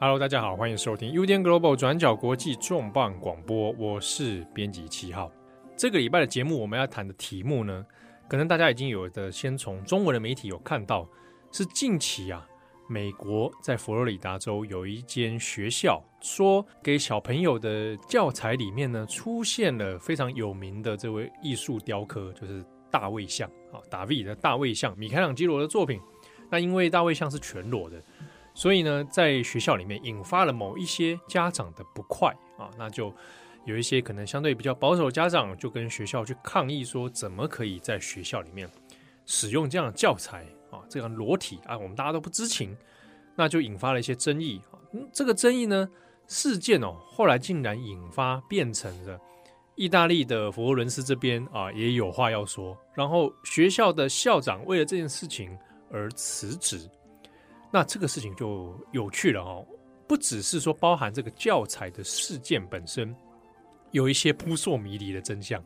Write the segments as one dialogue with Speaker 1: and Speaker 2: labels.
Speaker 1: Hello，大家好，欢迎收听 UDN Global 转角国际重磅广播，我是编辑七号。这个礼拜的节目我们要谈的题目呢，可能大家已经有的先从中文的媒体有看到，是近期啊，美国在佛罗里达州有一间学校说给小朋友的教材里面呢，出现了非常有名的这位艺术雕刻，就是大卫像啊，达维的大卫像，米开朗基罗的作品。那因为大卫像是全裸的，所以呢，在学校里面引发了某一些家长的不快啊，那就有一些可能相对比较保守的家长就跟学校去抗议说，怎么可以在学校里面使用这样的教材啊，这样裸体啊，我们大家都不知情，那就引发了一些争议啊。嗯这个争议呢，事件哦，后来竟然引发变成了。意大利的佛罗伦斯这边啊，也有话要说。然后学校的校长为了这件事情而辞职，那这个事情就有趣了哦，不只是说包含这个教材的事件本身有一些扑朔迷离的真相，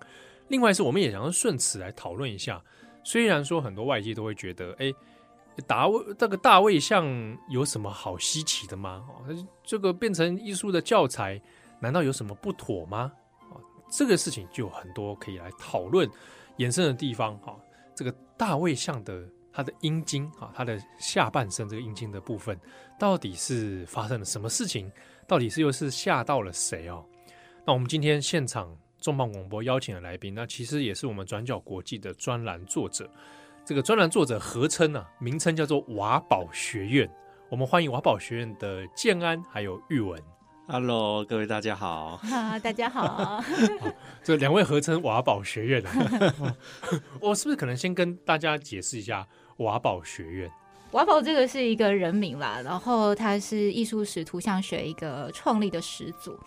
Speaker 1: 另外是我们也想要顺此来讨论一下。虽然说很多外界都会觉得，哎，达卫这个大卫像有什么好稀奇的吗？哦，这个变成艺术的教材，难道有什么不妥吗？哦，这个事情就有很多可以来讨论延伸的地方哈、哦。这个大卫像的它的阴茎啊，它的下半身这个阴茎的部分，到底是发生了什么事情？到底是又是吓到了谁哦？那我们今天现场重磅广播邀请的来宾，那其实也是我们转角国际的专栏作者。这个专栏作者合称啊，名称叫做瓦堡学院。我们欢迎瓦堡学院的建安还有玉文
Speaker 2: Hello，各位大家好。
Speaker 3: 啊，大家好，
Speaker 1: 这两位合称瓦堡学院、啊。 我是不是可能先跟大家解释一下瓦堡学院？
Speaker 3: 瓦宝这个是一个人名啦，然后它是艺术史图像学一个创立的始祖。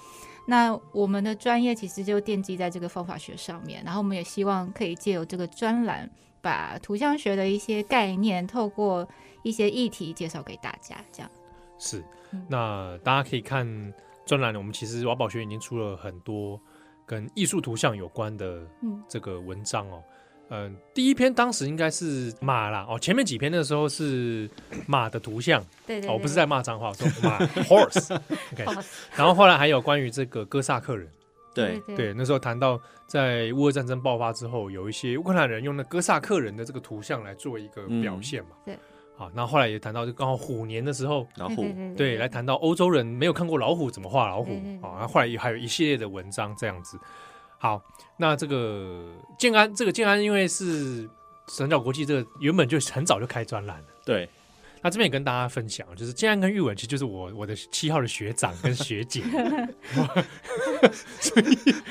Speaker 3: 那我们的专业其实就奠基在这个方法学上面，然后我们也希望可以借由这个专栏，把图像学的一些概念，透过一些议题介绍给大家。这样，
Speaker 1: 是
Speaker 3: 嗯，
Speaker 1: 那大家可以看专栏，我们其实瓦宝学院已经出了很多跟艺术图像有关的
Speaker 3: 嗯
Speaker 1: 这个文章哦。嗯、第一篇当时应该是马啦，哦，前面几篇的时候是马的图像，
Speaker 3: 对对
Speaker 1: 哦，我不是在骂脏话，我说马 horse，
Speaker 3: 好
Speaker 1: 然后后来还有关于这个哥萨克人，
Speaker 2: 对，
Speaker 3: 对
Speaker 1: 对，那时候谈到在乌俄战争爆发之后，有一些乌克兰人用那哥萨克人的这个图像来做一个表现嘛，
Speaker 3: 嗯对，
Speaker 1: 好，那后来也谈到就刚好虎年的时候，
Speaker 2: 老虎，
Speaker 3: 嗯
Speaker 1: 对，来谈到欧洲人没有看过老虎怎么画老虎
Speaker 3: 对对对
Speaker 1: 啊，然后后来也还有一系列的文章这样子。好，那这个建安，这个建安因为是神教国际，这个原本就很早就开专栏了。
Speaker 2: 对，
Speaker 1: 那这边也跟大家分享，就是建安跟玉文其实就是我我的七号的学长跟学姐，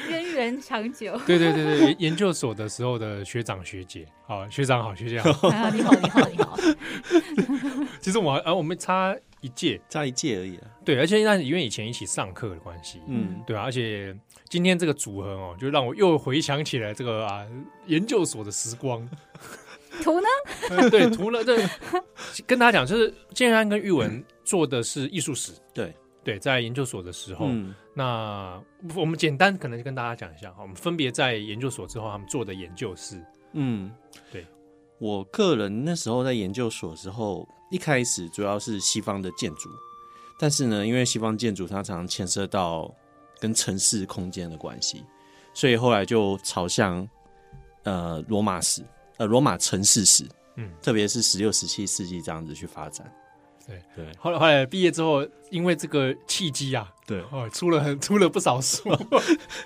Speaker 3: 渊源长久。
Speaker 1: 对对对对，研研究所的时候的学长学姐，好学长好学姐 好，
Speaker 3: 啊你好，你好，你好。
Speaker 1: 其实我们呃我们差一届，
Speaker 2: 差一届而已啊。
Speaker 1: 对，而且那因为以前一起上课的关系，
Speaker 2: 嗯，
Speaker 1: 对啊，而且今天这个组合哦，就让我又回想起来这个啊研究所的时 光。
Speaker 3: 图呢？
Speaker 1: 呃对，除了这，跟大家讲，就是建安跟玉文做的是艺术史，
Speaker 2: 对
Speaker 1: 嗯对，在研究所的时候，
Speaker 2: 嗯，
Speaker 1: 那我们简单可能就跟大家讲一下，我们分别在研究所之后他们做的研究是，
Speaker 2: 嗯，
Speaker 1: 对。
Speaker 2: 我个人那时候在研究所之后，一开始主要是西方的建筑，但是呢，因为西方建筑它常常牵涉到跟城市空间的关系，所以后来就朝向呃罗马史，呃罗马城市史，
Speaker 1: 嗯，
Speaker 2: 特别是十六、十七世纪这样子去发展。
Speaker 1: 对
Speaker 2: 对
Speaker 1: 后来后来毕业之后，因为这个契机啊，
Speaker 2: 对，
Speaker 1: 哦，出了 很出了不少书，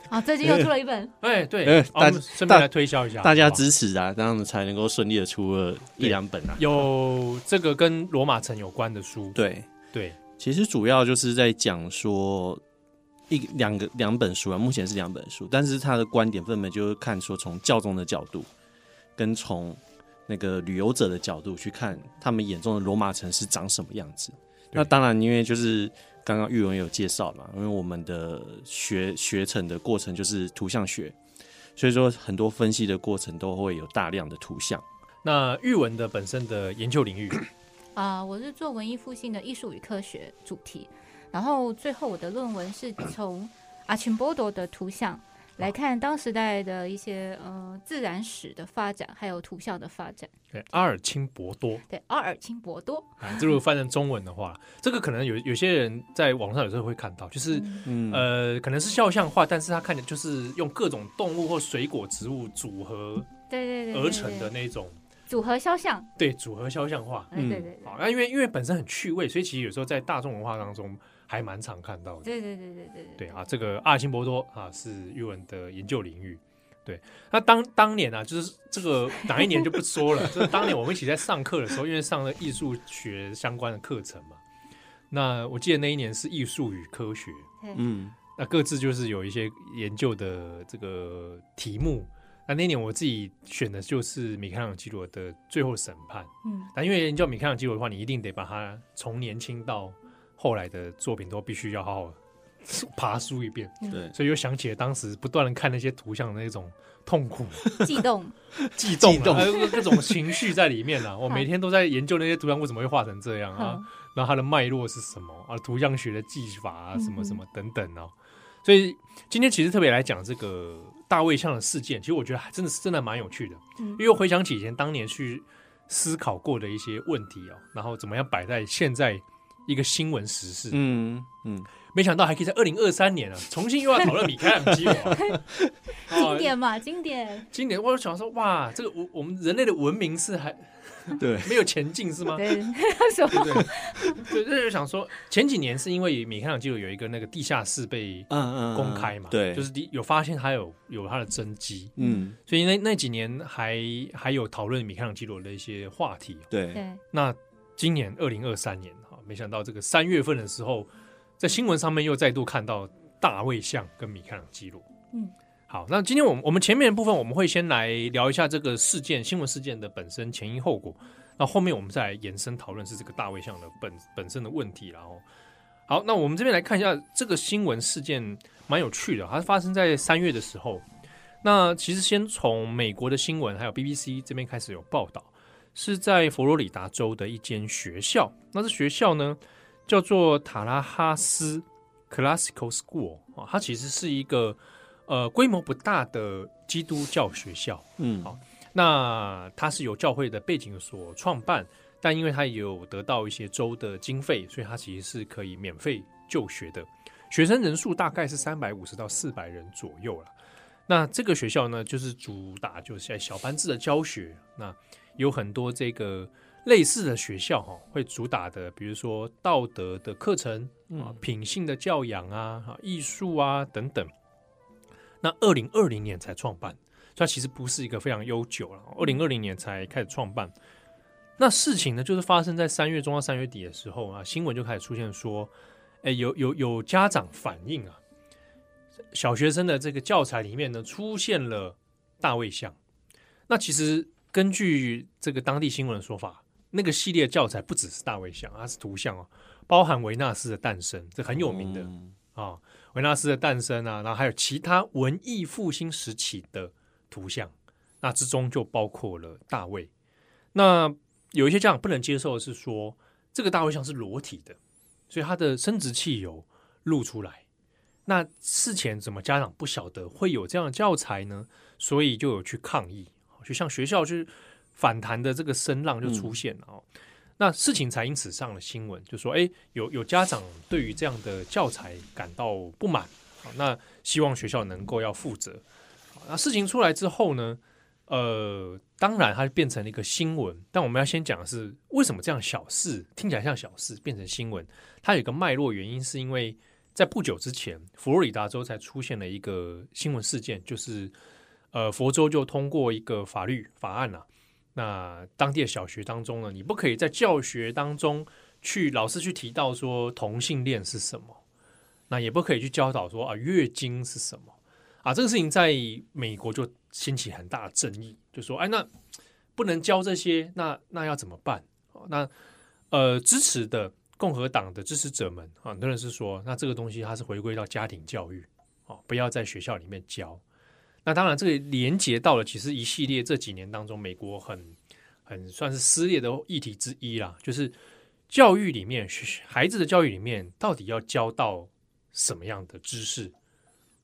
Speaker 3: 啊，最近又出了一本，
Speaker 1: 哎，对，
Speaker 2: 哎
Speaker 1: 哦我们
Speaker 2: 大
Speaker 1: 顺
Speaker 2: 大
Speaker 1: 便来推销一下，
Speaker 2: 大家
Speaker 1: 好不好
Speaker 2: 支持啊，这样子才能够顺利的出了一两本啊。
Speaker 1: 有这个跟罗马城有关的书，
Speaker 2: 对，
Speaker 1: 对，
Speaker 2: 其实主要就是在讲说一两个两本书啊，目前是两本书，但是他的观点分别就是看说从教宗的角度，跟从那个旅游者的角度去看他们眼中的罗马城是长什么样子。那当然，因为就是刚刚玉文有介绍嘛，因为我们的学学程的过程就是图像学，所以说很多分析的过程都会有大量的图像。
Speaker 1: 那玉文的本身的研究领 域，
Speaker 3: 啊、我是做文艺复兴的艺术与科学主题，然后最后我的论文是从阿琴波多的图像来看当时代的一些呃自然史的发展，还有图像的发展。
Speaker 1: 对，阿尔钦博多，
Speaker 3: 对，阿尔钦博多，
Speaker 1: 啊，这如果翻成中文的话，这个可能有有些人在网上有时候会看到，就是、
Speaker 2: 嗯，
Speaker 1: 呃，可能是肖像画，但是它看起来就是用各种动物或水果、植物组合
Speaker 3: 对对对对
Speaker 1: 而成的
Speaker 3: 对
Speaker 1: 那种，
Speaker 3: 组合肖像，
Speaker 1: 对，组合肖像画。
Speaker 3: 哎，
Speaker 2: 嗯
Speaker 3: 对对对
Speaker 1: 好，那因为因为本身很趣味，所以其实有时候在大众文化当中还蛮常看到的。
Speaker 3: 对对对对对对，
Speaker 1: 对啊，这个阿尔辛伯多啊是玉文的研究领域。对，那当当年啊，就是这个哪一年就不说了，就是当年我们一起在上课的时候，因为上了艺术学相关的课程嘛，那我记得那一年是艺术与科学，
Speaker 2: 嗯，
Speaker 1: 那各自就是有一些研究的这个题目。那那一年我自己选的就是米开朗基罗的《最后审判》。
Speaker 3: 嗯，
Speaker 1: 那因为研究米开朗基罗的话，你一定得把他从年轻到后来的作品都必须要好好 爬梳一遍，
Speaker 2: 对，
Speaker 1: 所以又想起了当时不断的看那些图像的那种痛 苦、
Speaker 3: 悸动，
Speaker 1: 悸动
Speaker 2: 悸
Speaker 1: 啊、
Speaker 2: 动
Speaker 1: 还有各种情绪在里面啊。我每天都在研究那些图像为什么会画成这样 啊
Speaker 3: 嗯，
Speaker 1: 然后它的脉络是什么啊，图像学的技法啊，
Speaker 3: 嗯
Speaker 1: 什么什么等等啊。所以今天其实特别来讲这个大卫像的事件，其实我觉得还真的是真的蛮有趣的。
Speaker 3: 嗯
Speaker 1: 因为我回想起以前当年去思考过的一些问题哦，然后怎么样摆在现在一个新闻时事，
Speaker 2: 嗯嗯，
Speaker 1: 没想到还可以在二零二三年啊，重新又要讨论米开朗基罗、啊，
Speaker 3: 经典嘛，经典，
Speaker 1: 今年我想说，哇，这个我我们人类的文明是还
Speaker 2: 对，
Speaker 1: 没有前进是吗？
Speaker 3: 对， 什
Speaker 1: 对
Speaker 3: 么？
Speaker 1: 不对？对，就是想说，前几年是因为米开朗基罗有一个那个地下室被
Speaker 2: 嗯嗯，
Speaker 1: 公开嘛，
Speaker 2: 对，
Speaker 1: 就是第有发现他有有他的真迹，
Speaker 2: 嗯，
Speaker 1: 所以那那几年还还有讨论米开朗基罗的一些话题。
Speaker 2: 对，
Speaker 3: 对，
Speaker 1: 那今年二零二三年哈，没想到这个三月份的时候，在新闻上面又再度看到大卫像跟米开朗基罗。
Speaker 3: 嗯，
Speaker 1: 好，那今天我们我们前面的部分我们会先来聊一下这个事件新闻事件的本身前因后果，那后面我们再来延伸讨论是这个大卫像的本本身的问题然后。好，那我们这边来看一下这个新闻事件，蛮有趣的。它发生在三月的时候。那其实先从美国的新闻还有 BBC 这边开始有报道。是在佛罗里达州的一间学校。那这学校呢，叫做塔拉哈斯 Classical School 啊，它其实是一个呃规模不大的基督教学校。
Speaker 2: 嗯，
Speaker 1: 好那它是由教会的背景所创办，但因为它有得到一些州的经费，所以它其实是可以免费就学的。学生人数大概是三百五十到四百人左右了。那这个学校呢，就是主打就是在小班制的教学。那有很多这个类似的学校哈、哦，会主打的，比如说道德的课程啊、品性的教养啊、啊艺术啊等等。那二零二零年才创办，所以它其实不是一个非常悠久了。二零二零年才开始创办。那事情呢，就是发生在三月中到三月底的时候啊，新闻就开始出现说，哎，有有有家长反映啊，小学生的这个教材里面呢出现了大卫像。那其实根据这个当地新闻的说法，那个系列教材不只是大卫像，它是图像哦，包含维纳斯的诞生，这很有名的。啊，维纳斯的诞生啊，然后还有其他文艺复兴时期的图像，那之中就包括了大卫。那有一些家长不能接受的是说，这个大卫像是裸体的，所以他的生殖器有露出来。那事前怎么家长不晓得会有这样的教材呢？所以就有去抗议，就像学校去反弹的这个声浪就出现了哦。那事情才因此上了新闻，就说诶，有有家长对于这样的教材感到不满，好那希望学校能够要负责。好那事情出来之后呢，呃，当然它就变成了一个新闻，但我们要先讲的是为什么这样小事听起来像小事变成新闻，它有一个脉络原因，是因为在不久之前，佛罗里达州才出现了一个新闻事件，就是呃，佛州就通过一个法律法案啊，那当地的小学当中呢，你不可以在教学当中去老师去提到说同性恋是什么，那也不可以去教导说啊月经是什么啊，这个事情在美国就掀起很大的争议，就说哎那不能教这些，那那要怎么办？哦那呃支持的共和党的支持者们啊，很多人是说，那这个东西它是回归到家庭教育哦，不要在学校里面教。那当然，这个连接到了其实一系列这几年当中，美国很很算是撕裂的议题之一啦，就是教育里面学孩子的教育里面到底要教到什么样的知识，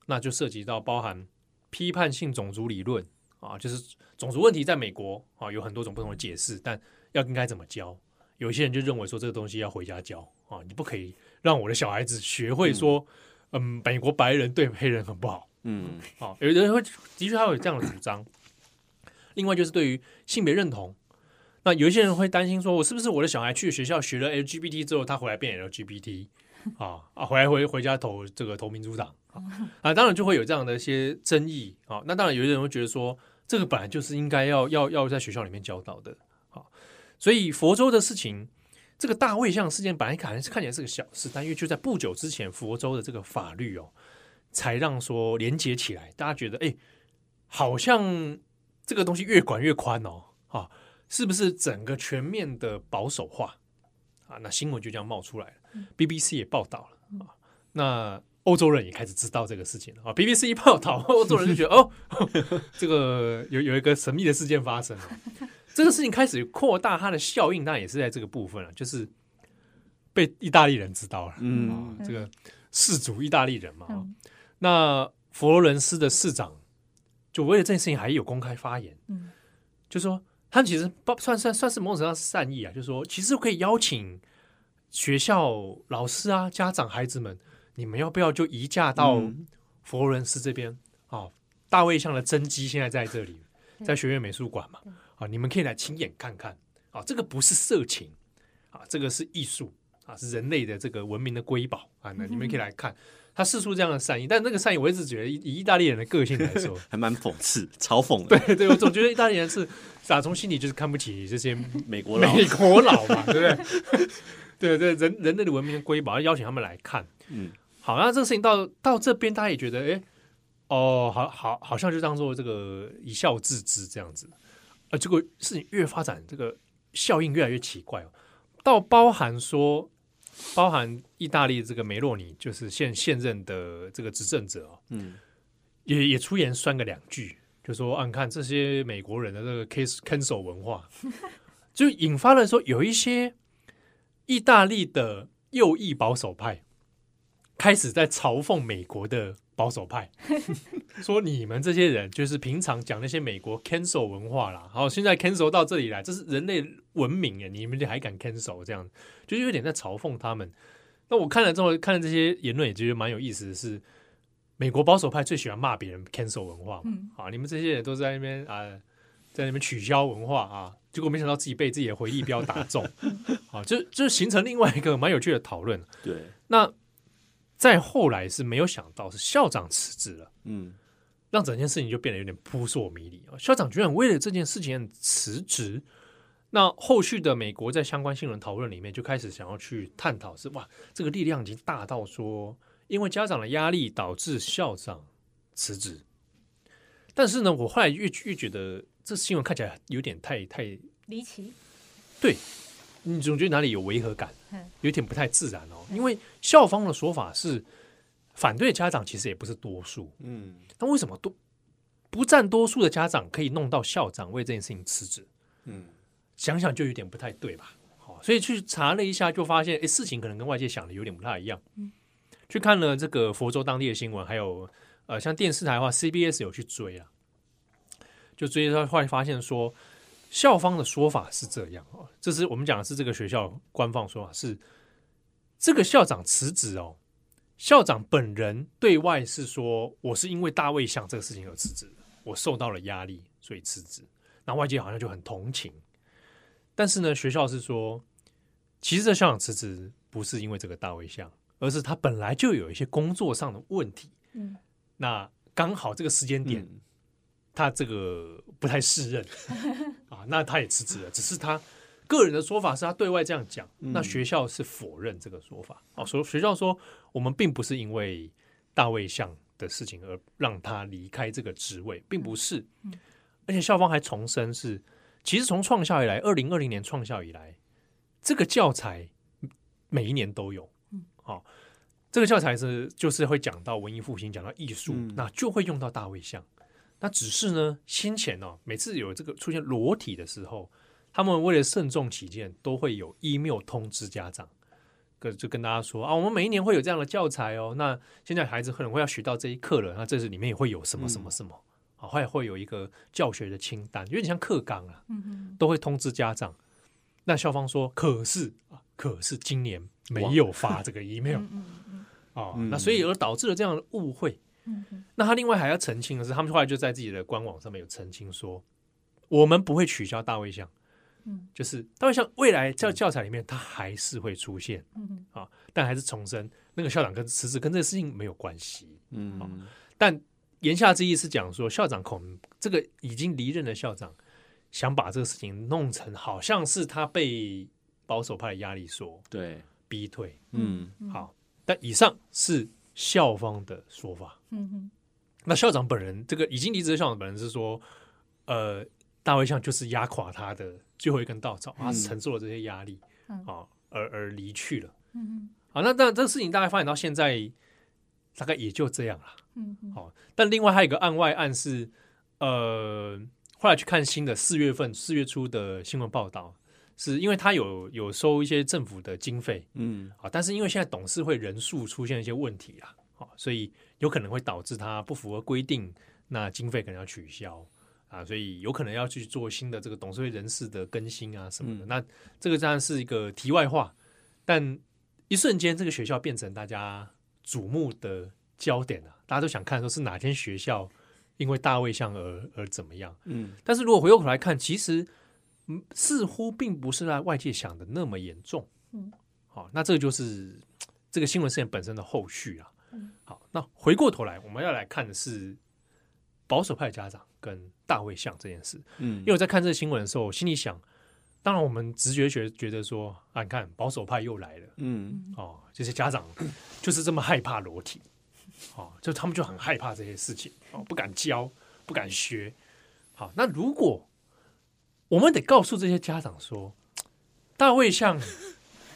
Speaker 1: 那就涉及到包含批判性种族理论啊，就是种族问题在美国啊有很多种不同的解释，但要应该怎么教？有些人就认为说这个东西要回家教啊，你不可以让我的小孩子学会说，嗯，美国白人对黑人很不好
Speaker 2: 嗯
Speaker 1: 啊。有的人会的确他会有这样的主张。另外就是对于性别认同，那有一些人会担心说，我是不是我的小孩去学校学了 LGBT 之后，他回来变 LGBT 啊啊，回来回回家投这个投民主党啊啊，当然就会有这样的一些争议啊。那当然有些人会觉得说，这个本来就是应该要要要在学校里面教导的啊。所以佛州的事情，这个大卫像事件本来看看起来是个小事，但因为就在不久之前，佛州的这个法律哦，才让说连接起来，大家觉得哎，好像这个东西越管越宽哦，啊，是不是整个全面的保守化啊？那新闻就这样冒出来了、b b c 也报道了啊，那。欧洲人也开始知道这个事情了啊！BBC 一报道， 欧洲人就觉得哦，这个有有一个神秘的事件发生了。这个事情开始扩大它的效应，当然也是在这个部分了，就是被意大利人知道了。啊
Speaker 2: 嗯，
Speaker 1: 这个氏族意大利人嘛。啊
Speaker 3: 嗯
Speaker 1: 那佛罗伦斯的市长就为了这件事情还有公开发言，
Speaker 3: 嗯
Speaker 1: 就说他其实不算算算是某种程度上是善意啊，就说其实可以邀请学校老师啊、家长、孩子们，你们要不要就移驾到
Speaker 2: 嗯
Speaker 1: 佛罗伦斯这边啊、大卫像的真迹现在在这里，
Speaker 3: 对
Speaker 1: 在学院美术馆嘛，啊、你们可以来亲眼看看啊、这个不是色情啊，这个是艺术啊，是人类的这个文明的瑰宝啊，那你们
Speaker 3: 嗯
Speaker 1: 可以来看。他试出这样的善意，但那个善意我一直觉得以以意大利人的个性来说，
Speaker 2: 还蛮讽刺、嘲讽的。
Speaker 1: 对对，我总觉得意大利人是打从心里就是看不起这些
Speaker 2: 美国佬，
Speaker 1: 美 国佬嘛，对不对？ 对对，人人类的文明的瑰宝，邀请他们来看。
Speaker 2: 嗯
Speaker 1: 好，那这个事情到到这边，大家也觉得，哎，哦，好好，好像就当做这个一笑置之这样子。啊，结果事情越发展，这个效应越来越奇怪哦。到包含说，包含意大利这个梅洛尼，就是现现任的这个执政者哦，
Speaker 2: 嗯
Speaker 1: 也也出言酸个两句，就说啊，你看这些美国人的这个 case cancel 文化，就引发了说有一些意大利的右翼保守派开始在嘲讽美国的保守派， 说你们这些人就是平常讲那些美国 cancel 文化啦，好，现在 cancel 到这里来，这是人类文明耶，你们还敢 cancel 这样，就是有点在嘲讽他们。那我看了之后，看了这些言论，也觉得蛮有意思的是，美国保守派最喜欢骂别人 cancel 文化嘛，
Speaker 3: 嗯
Speaker 1: 啊，你们这些人都在那边啊、在那边取消文化啊，结果没想到自己被自己的回力标打中，啊，就就形成另外一个蛮有趣的讨论。啊
Speaker 2: 对，
Speaker 1: 那再后来是没有想到是校长辞职了，
Speaker 2: 嗯
Speaker 1: 让整件事情就变得有点扑朔迷离啊。校长居然为了这件事情辞职，那后续的美国在相关新闻讨论里面就开始想要去探讨是哇，这个力量已经大到说，因为家长的压力导致校长辞职。但是呢，我后来越越觉得这新闻看起来有点太太
Speaker 3: 离奇，
Speaker 1: 你总觉得哪里有违和感
Speaker 3: 嗯，
Speaker 1: 有点不太自然哦。因为校方的说法是，反对家长其实也不是多数，
Speaker 2: 嗯
Speaker 1: 那为什么多不占多数的家长可以弄到校长为这件事情辞职？
Speaker 2: 嗯
Speaker 1: 想想就有点不太对吧？好，所以去查了一下，就发现哎，诶事情可能跟外界想的有点不太一样。嗯，去看了这个佛州当地的新闻，还有呃，像电视台的话，CBS 有去追啊，就追到后来发现说，校方的说法是这样哦，这是我们讲的是这个学校官方说法是这个校长辞职哦，校长本人对外是说我是因为大卫像这个事情而辞职的，我受到了压力，所以辞职。那外界好像就很同情，但是呢，学校是说，其实这校长辞职不是因为这个大卫像，而是他本来就有一些工作上的问题。
Speaker 3: 嗯，
Speaker 1: 那刚好这个时间点，
Speaker 2: 嗯
Speaker 1: 他这个不太适任 啊，那他也辞职了。只是他个人的说法是他对外这样讲，那学校是否认这个说法哦。所以学校说，我们并不是因为大卫像的事情而让他离开这个职位，并不是。而且校方还重申是，其实从创校以来，二零二零年创校以来，这个教材每一年都有，好、这个教材是就是会讲到文艺复兴，讲到艺术，
Speaker 2: 嗯
Speaker 1: 那就会用到大卫像。那只是呢，先前哦，每次有这个出现裸体的时候，他们为了慎重起见，都会有 email 通知家长，跟就跟大家说啊，我们每一年会有这样的教材哦。那现在孩子可能会要学到这一课了，那这是里面也会有什么什么什么、啊，会会有一个教学的清单，有点像课纲啊，
Speaker 3: 嗯哼，
Speaker 1: 都会通知家长。那校方说，可是啊，可是今年没有发这个 email
Speaker 3: 嗯嗯嗯
Speaker 1: 啊、
Speaker 2: 嗯
Speaker 1: 那所以而导致了这样的误会。
Speaker 3: 嗯嗯
Speaker 1: 那他另外还要澄清的是，他们后来就在自己的官网上面有澄清说，我们不会取消大卫像，
Speaker 3: 嗯
Speaker 1: 就是大卫像未来教教材里面它还是会出现。
Speaker 3: 嗯
Speaker 1: 啊，但还是重申，那个校长跟辞职跟这个事情没有关系。
Speaker 2: 嗯，
Speaker 1: 但言下之意是讲说，校长恐这个已经离任的校长想把这个事情弄成好像是他被保守派的压力所
Speaker 2: 对，
Speaker 1: 逼退。
Speaker 2: 嗯
Speaker 3: 嗯
Speaker 1: 好，但以上是校方的说法。
Speaker 3: 嗯哼
Speaker 1: 那校长本人，这个已经离职的校长本人是说，呃，大卫像就是压垮他的最后一根稻草，他
Speaker 2: 嗯
Speaker 1: 承受了这些压力
Speaker 3: 嗯
Speaker 1: 啊，而而离去了。
Speaker 3: 嗯
Speaker 1: 好，那但这个事情大概发展到现在，大概也就这样了。
Speaker 3: 嗯嗯
Speaker 1: 好，但另外还有一个案外案是，呃，后来去看新的四月份四月初的新闻报道，是因为他有有收一些政府的经费
Speaker 2: 嗯
Speaker 1: 啊，但是因为现在董事会人数出现一些问题啊，啊，所以有可能会导致它不符合规定，那经费可能要取消。啊，所以有可能要去做新的这个董事会人事的更新啊什么的。
Speaker 2: 嗯
Speaker 1: 那这个当然是一个题外话，但一瞬间这个学校变成大家瞩目的焦点啊，大家都想看说是哪间学校因为大卫像而而怎么样。
Speaker 2: 嗯，
Speaker 1: 但是如果回过头来看，其实嗯似乎并不是在外界想的那么严重。
Speaker 3: 嗯，
Speaker 1: 好，那这个就是这个新闻事件本身的后续啊
Speaker 3: 嗯。
Speaker 1: 好，那回过头来，我们要来看的是保守派家长跟大卫像这件事。
Speaker 2: 嗯，
Speaker 1: 因为我在看这个新闻的时候，我心里想，当然我们直觉觉觉得说啊，你看保守派又来了
Speaker 2: 嗯
Speaker 1: 哦，这些家长就是这么害怕裸体，哦，就他们就很害怕这些事情，哦，不敢教，不敢学。好，那如果我们得告诉这些家长说，大卫像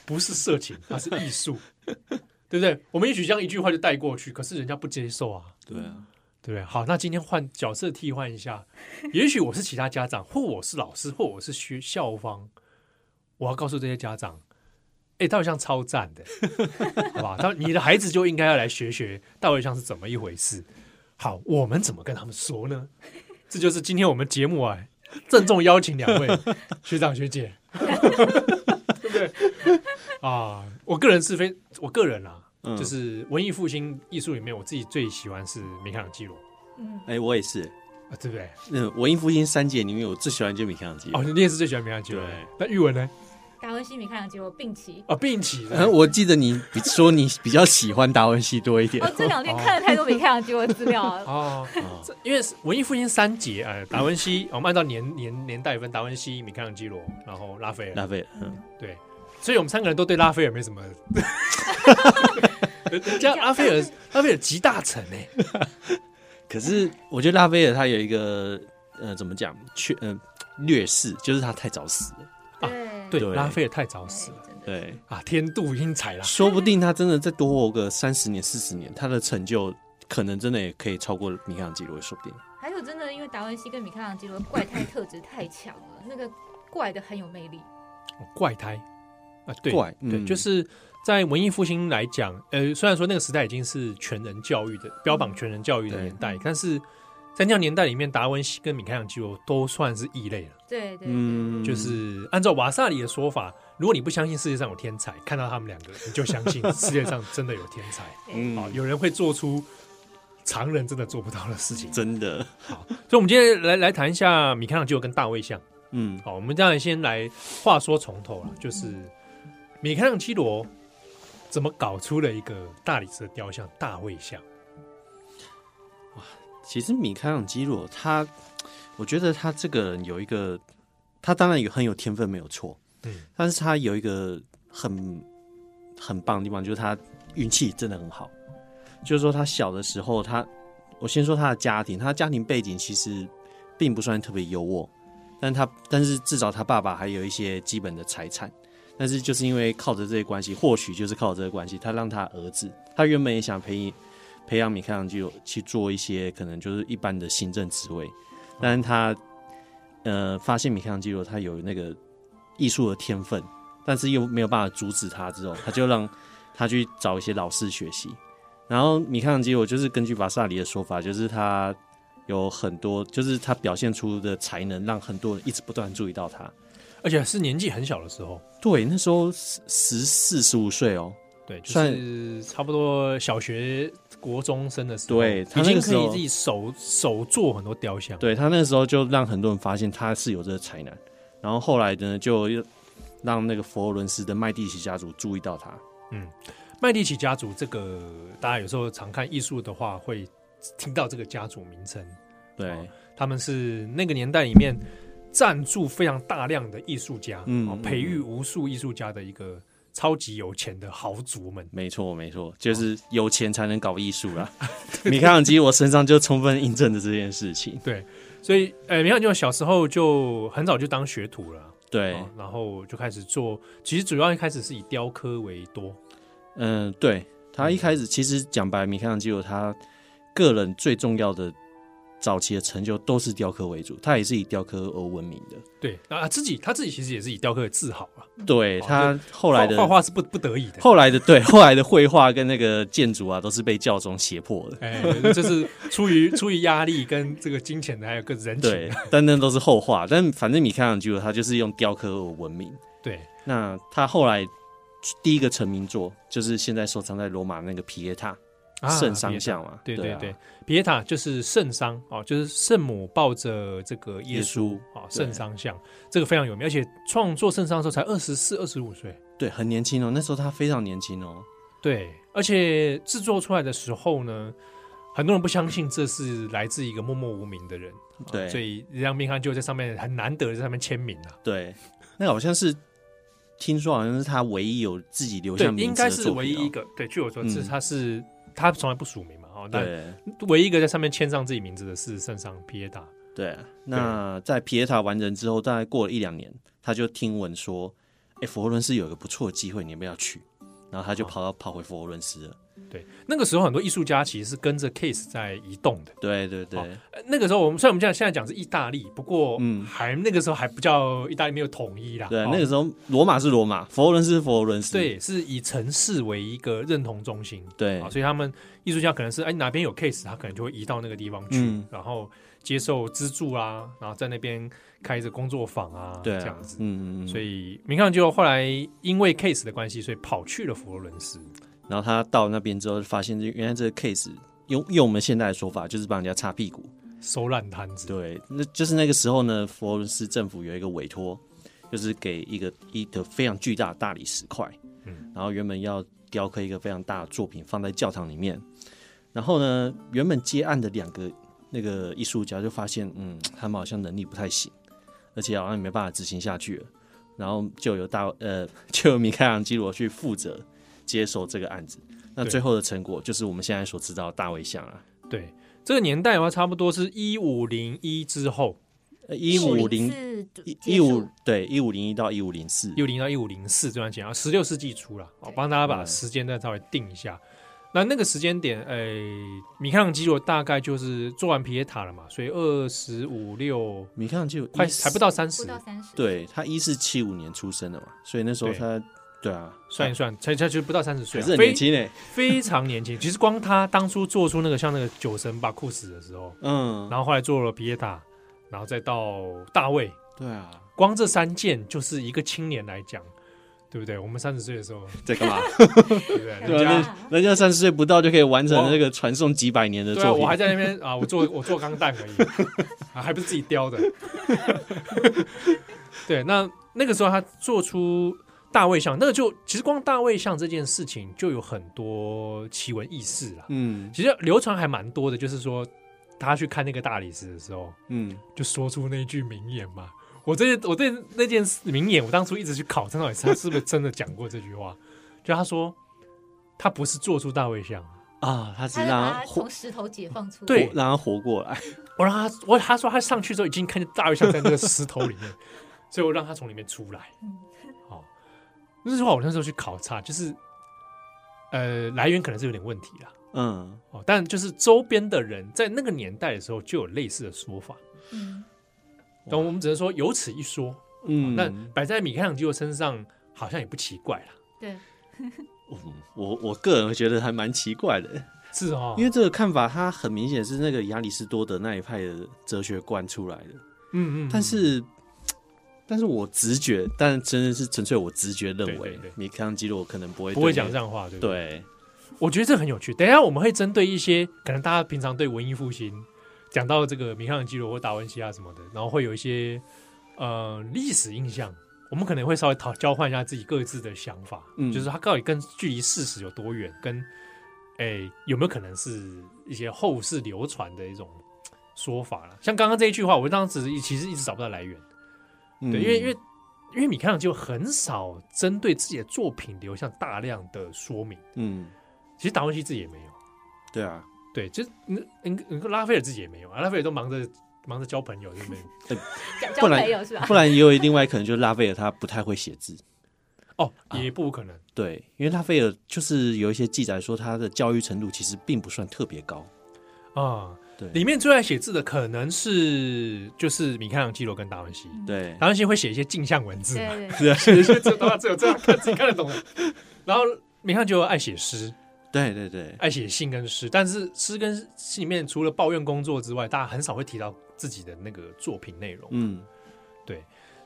Speaker 1: 不是色情，它是艺术，对不对？我们也许这样一句话就带过去，可是人家不接受啊。
Speaker 2: 对啊，
Speaker 1: 对不对？好，那今天换角色替换一下，也许我是其他家长，或我是老师，或我是学校方，我要告诉这些家长，哎，大卫像超赞的， 好吧？他你的孩子就应该要来学学大卫像是怎么一回事。好，我们怎么跟他们说呢？这就是今天我们节目啊，郑重邀请两位学长学姐， 对不对？啊，我个人是非，我个人啊，
Speaker 2: 嗯
Speaker 1: 就是文艺复兴艺术里面，我自己最喜欢是米开朗基罗，
Speaker 3: 嗯
Speaker 2: 哎，我也是，
Speaker 1: 啊，对不对？
Speaker 2: 嗯，文艺复兴三姐里面我最喜欢就是米开朗基
Speaker 1: 哦，
Speaker 2: 罗。
Speaker 1: 你也是最喜欢米开朗基罗
Speaker 2: 对。
Speaker 1: 那玉文呢？
Speaker 3: 达文西米开朗基罗并齐。
Speaker 1: 啊，并起
Speaker 2: 然后
Speaker 1: 的。
Speaker 2: 嗯我记得你比说你比较喜欢达文西多一点
Speaker 3: 哦，，这两天看了太多米开朗基罗资料了。
Speaker 1: 哦，
Speaker 2: 哦
Speaker 1: 这因为是文艺复兴三杰，呃，达文西，我们按照年年年代分，达文西、米开朗基罗，然后拉斐尔，
Speaker 2: 拉菲尔，嗯，
Speaker 1: 对，所以我们三个人都对拉斐尔没什 么。人人家拉斐尔，拉斐尔集大成欸呢。
Speaker 2: 可是我觉得拉菲尔他有一个呃，怎么讲，缺呃劣势，就是他太早死了。
Speaker 1: 对，
Speaker 3: 对
Speaker 2: 对
Speaker 1: 拉斐尔太早死了
Speaker 3: 真的
Speaker 2: 对，
Speaker 1: 啊，天妒英才啦。
Speaker 2: 说不定他真的再多活个三十年、四十年，他的成就可能真的也可以超过米开朗基罗，说不定。
Speaker 3: 还有真的，因为达文西跟米开朗基罗怪胎特质太强了，那个怪的很有魅力。
Speaker 1: 哦怪胎啊，对，
Speaker 2: 怪
Speaker 1: 对，
Speaker 2: 嗯
Speaker 1: 就是在文艺复兴来讲，呃，虽然说那个时代已经是全人教育的标榜全人教育的
Speaker 2: 对
Speaker 1: 年代，但是在那样年代里面，达文西跟米开朗基罗都算是异类了。
Speaker 3: 对对对，
Speaker 2: 嗯，
Speaker 1: 就是按照瓦萨里的说法，如果你不相信世界上有天才，看到他们两个，你就相信世界上真的有天才。
Speaker 2: 嗯
Speaker 1: 好，有人会做出常人真的做不到的事情。所
Speaker 2: 真的，
Speaker 1: 以，我们今天来来谈一下米开朗基罗跟大卫像。
Speaker 2: 嗯
Speaker 1: 好，我们当然先来话说从头了，就是米开朗基罗怎么搞出了一个大理石的雕像大卫像？
Speaker 2: 其实米开朗基罗他，我觉得他这个人有一个，他当然有很有天分没有错，
Speaker 1: 嗯，
Speaker 2: 但是他有一个很很棒的地方，就是他运气真的很好。就是说他小的时候，他我先说他的家庭，他的家庭背景其实并不算特别优渥，但他但是至少他爸爸还有一些基本的财产。但是就是因为靠着这些关系，或许就是靠着这个关系，他让他儿子，他原本也想培培养米开朗基罗去做一些可能就是一般的行政职位，但是他呃发现米开朗基罗他有那个艺术的天分，但是又没有办法阻止他，之后他就让他去找一些老师学习。然后米开朗基罗就是根据瓦萨里的说法，就是他有很多，就是他表现出的才能，让很多人一直不断注意到他。
Speaker 1: 而且是年纪很小的时候，
Speaker 2: 对，那时候十十四十五岁哦，
Speaker 1: 对，就
Speaker 2: 算
Speaker 1: 是差不多小学、国中生的时候，
Speaker 2: 对他
Speaker 1: 已
Speaker 2: 那
Speaker 1: 经
Speaker 2: 个
Speaker 1: 可
Speaker 2: 时候
Speaker 1: 以自己手手做很多雕像，
Speaker 2: 对他那时候就让很多人发现他是有这个才能，然后后来呢，就又让那个佛罗伦斯的麦蒂奇家族注意到他。
Speaker 1: 麦蒂奇家族这个，大家有时候常看艺术的话，会听到这个家族名称。
Speaker 2: 对，
Speaker 1: 哦他们是那个年代里面赞助非常大量的艺术家，
Speaker 2: 嗯
Speaker 1: 哦
Speaker 2: 嗯
Speaker 1: 培育无数艺术家的一个超级有钱的豪族们。
Speaker 2: 没错没错，就是
Speaker 1: 哦
Speaker 2: 有钱才能搞艺术 啦。米开朗基罗身上就充分印证了这件事情。
Speaker 1: 所以，呃，你看，就小时候就很早就当学徒了，
Speaker 2: 对，
Speaker 1: 哦然后就开始做。其实主要一开始是以雕刻为多，
Speaker 2: 嗯，对他一开始其实讲白，米开朗基罗他个人最重要的早期的成就都是雕刻为主，他也是以雕刻而闻名的。
Speaker 1: 对，那他自己他自己其实也是以雕刻自豪啊。
Speaker 2: 对
Speaker 1: 哦
Speaker 2: 他后来的
Speaker 1: 画画画是不不得已的，
Speaker 2: 后来的对后来的绘画跟那个建筑啊，都是被教宗胁迫的。
Speaker 1: 哎，这是出于出于压力跟这个金钱的，还有个人情
Speaker 2: 对，但那都是后话。但反正米开朗基罗他就是用雕刻而闻名。
Speaker 1: 对
Speaker 2: 那他后来第一个成名作就是现在收藏在罗马那个皮耶塔
Speaker 1: 啊
Speaker 2: 圣桑像嘛，
Speaker 1: 别对对
Speaker 2: 啊
Speaker 1: 对，比耶塔就是圣殇哦，就是圣母抱着这个耶
Speaker 2: 耶
Speaker 1: 稣
Speaker 2: 稣
Speaker 1: 啊，
Speaker 2: 对
Speaker 1: 圣殇像这个非常有名，而且创作圣殇的时候才二十四、二十五岁，
Speaker 2: 对很年轻哦，那时候他非常年轻哦，
Speaker 1: 对，而且制作出来的时候呢，很多人不相信这是来自一个默默无名的人，啊
Speaker 2: 对
Speaker 1: 所以让明翰就在上面很难得地在上面签名啊，
Speaker 2: 对，那好像是听说好像是他唯一有自己留
Speaker 1: 对
Speaker 2: 下，名
Speaker 1: 应
Speaker 2: 字的
Speaker 1: 该
Speaker 2: 作
Speaker 1: 是
Speaker 2: 品哦
Speaker 1: 唯一一个，对，据我所知，
Speaker 2: 嗯
Speaker 1: 他是他从来不署名嘛，哦，但
Speaker 2: 对
Speaker 1: 唯一一个在上面签上自己名字的是圣殇皮耶塔，
Speaker 2: 对。那在皮耶塔完人之后，大概过了一两年，他就听闻说，哎，佛罗伦斯有一个不错的机会，你要不要去？然后他就跑到跑回佛罗伦斯了。
Speaker 1: 对，那个时候很多艺术家其实是跟着 case 在移动的。
Speaker 2: 对对对，
Speaker 1: 好呃那个时候我们虽然我们这样现在讲是意大利，不过
Speaker 2: 嗯
Speaker 1: 还那个时候还不叫意大利没有统一啦。
Speaker 2: 对，
Speaker 1: 哦
Speaker 2: 那个时候罗马是罗马，佛罗伦斯是佛罗伦斯。
Speaker 1: 对是以城市为一个认同中心。
Speaker 2: 对
Speaker 1: 啊，所以他们艺术家可能是哎哪边有 case，他可能就会移到那个地方去，
Speaker 2: 嗯
Speaker 1: 然后接受资助啊，然后在那边开着工作坊啊，
Speaker 2: 对啊，
Speaker 1: 这样子。
Speaker 2: 嗯嗯嗯。
Speaker 1: 所以明翰就后来因为 case 的关系，所以跑去了佛罗伦斯。
Speaker 2: 然后他到那边之后，发现这原来这个 case 用用我们现在的说法，就是帮人家擦屁股。
Speaker 1: 收烂摊子，
Speaker 2: 对，那就是那个时候呢，佛罗伦斯政府有一个委托，就是给一个一个非常巨大的大理石块，
Speaker 1: 嗯
Speaker 2: 然后原本要雕刻一个非常大的作品放在教堂里面。然后呢，原本接案的两个那个艺术家就发现，嗯，他们好像能力不太行，而且好像也没办法执行下去了。然后就由大呃， 就由米开朗基罗去负责接手这个案子。那
Speaker 1: 对
Speaker 2: 最后的成果就是我们现在所知道的大卫像啊，
Speaker 1: 对这个年代的话，差不多是一五零一之后，
Speaker 2: 一五零一一五对一五零一到一五零四，
Speaker 1: 六零到一五零四这段时间啊，十六世纪初了，我帮大家把
Speaker 2: 嗯
Speaker 1: 时间再稍微定一下。那那个时间点，诶、米开朗基罗大概就是做完皮耶塔了嘛，所以二十五六，
Speaker 2: 米开朗基罗
Speaker 1: 快
Speaker 2: 14
Speaker 1: 还不到三十
Speaker 3: 不，到三十，，
Speaker 2: 对他一四七五年出生的嘛，所以那时候
Speaker 1: 对
Speaker 2: 他对啊，
Speaker 1: 算一算，才才就不到三十岁啊，
Speaker 2: 还是很
Speaker 1: 非
Speaker 2: 年轻欸诶，
Speaker 1: 非常年轻。其实光他当初做出那个像那个酒神巴库斯的时候，
Speaker 2: 嗯，
Speaker 1: 然后后来做了皮耶塔，然后再到大卫，
Speaker 2: 对啊，
Speaker 1: 光这三件就是一个青年来讲，对不对？我们三十岁的时候，
Speaker 2: 在干嘛？
Speaker 1: 对不对？
Speaker 3: 对啊
Speaker 2: 对
Speaker 1: 人家
Speaker 2: 啊， 那人家三十岁不到就可以完成那个传送几百年的
Speaker 1: 对啊，
Speaker 2: 作
Speaker 1: 我还
Speaker 2: 品，
Speaker 1: 在那边啊，我 做我做钢弹而已，啊，还不是自己雕的。 对，那那个时候他做出大卫像，那个就其实光大卫像这件事情就有很多奇闻异事啦。
Speaker 2: 嗯
Speaker 1: 其实流传还蛮多的，就是说他去看那个大理石的时候，
Speaker 2: 嗯，
Speaker 1: 就说出那句名言嘛。我这我对那件名言，我当初一直去考证到底是他是不是真的讲过这句话。就他说，他不是做出大卫像，
Speaker 2: 啊，他只
Speaker 3: 他
Speaker 2: 是
Speaker 3: 就
Speaker 2: 让
Speaker 3: 把
Speaker 2: 他
Speaker 3: 它
Speaker 2: 活
Speaker 3: 从，石头解放出来，
Speaker 1: 对
Speaker 2: 活让他活过来，
Speaker 1: 我让他，我他说他上去之后已经看见大卫像在那个石头里 面，所以我让他从里面出来
Speaker 3: 嗯。
Speaker 1: 哦，那句话我那时候去考察，就是呃来源可能是有点问题啦。
Speaker 2: 嗯，
Speaker 1: 哦，但就是周边的人在那个年代的时候就有类似的说法，
Speaker 3: 嗯，
Speaker 1: 但我们只能说有此一说。
Speaker 2: 嗯，
Speaker 1: 那、摆在米开朗基罗身上好像也不奇怪啦。
Speaker 3: 对，
Speaker 2: 我我个人觉得还蛮奇怪的，
Speaker 1: 是哦，
Speaker 2: 因为这个看法，它很明显是那个亚里士多德那一派的哲学观出来的。
Speaker 1: 嗯嗯，
Speaker 2: 但是，但是我直觉，但真的是纯粹我直觉认为，
Speaker 1: 对对对
Speaker 2: 米开朗基罗可能不会
Speaker 1: 不会
Speaker 2: 对
Speaker 1: 讲
Speaker 2: 那
Speaker 1: 这样的话，对不对？
Speaker 2: 对
Speaker 1: 我觉得这很有趣。等一下我们会针对一些可能大家平常对文艺复兴讲到这个米开朗基罗或达文西啊什么的，然后会有一些呃历史印象，我们可能会稍微讨交换一下自己各自的想法，
Speaker 2: 嗯
Speaker 1: 就是它到底跟距离事实有多远，跟诶有没有可能是一些后世流传的一种说法啦。像刚刚这一句话，我当时其实一直找不到来源。
Speaker 2: 嗯
Speaker 1: 对，因为因为因为米开朗基罗很少针对自己的作品留下大量的说明，
Speaker 2: 嗯，嗯
Speaker 1: 其实达文西自己也没有，
Speaker 2: 对啊，
Speaker 1: 对，就是嗯嗯嗯拉斐尔自己也没有，啊拉斐尔都忙着忙着交朋友，对不对？
Speaker 3: 交
Speaker 2: 不
Speaker 3: 交
Speaker 2: 然
Speaker 3: 朋友是吧？
Speaker 2: 不然也有另外可能就是拉斐尔他不太会写字，
Speaker 1: 哦，
Speaker 2: 啊
Speaker 1: 也不无可能，
Speaker 2: 对，因为拉斐尔就是有一些记载说他的教育程度其实并不算特别高，
Speaker 1: 啊、
Speaker 2: 对
Speaker 1: 里面最爱写字的可能是就是米开朗基罗跟达文西，
Speaker 2: 对
Speaker 1: 达文西会写一些镜像文字嘛，
Speaker 3: 对对对，
Speaker 1: 写一些这他妈只有这样看自己看得懂的，然后米开朗基罗爱写诗，
Speaker 2: 对对对，
Speaker 1: 爱写信跟诗，但是诗跟诗里面除了抱怨工作之外，大家很少会提到自己的那个作品内容。
Speaker 2: 嗯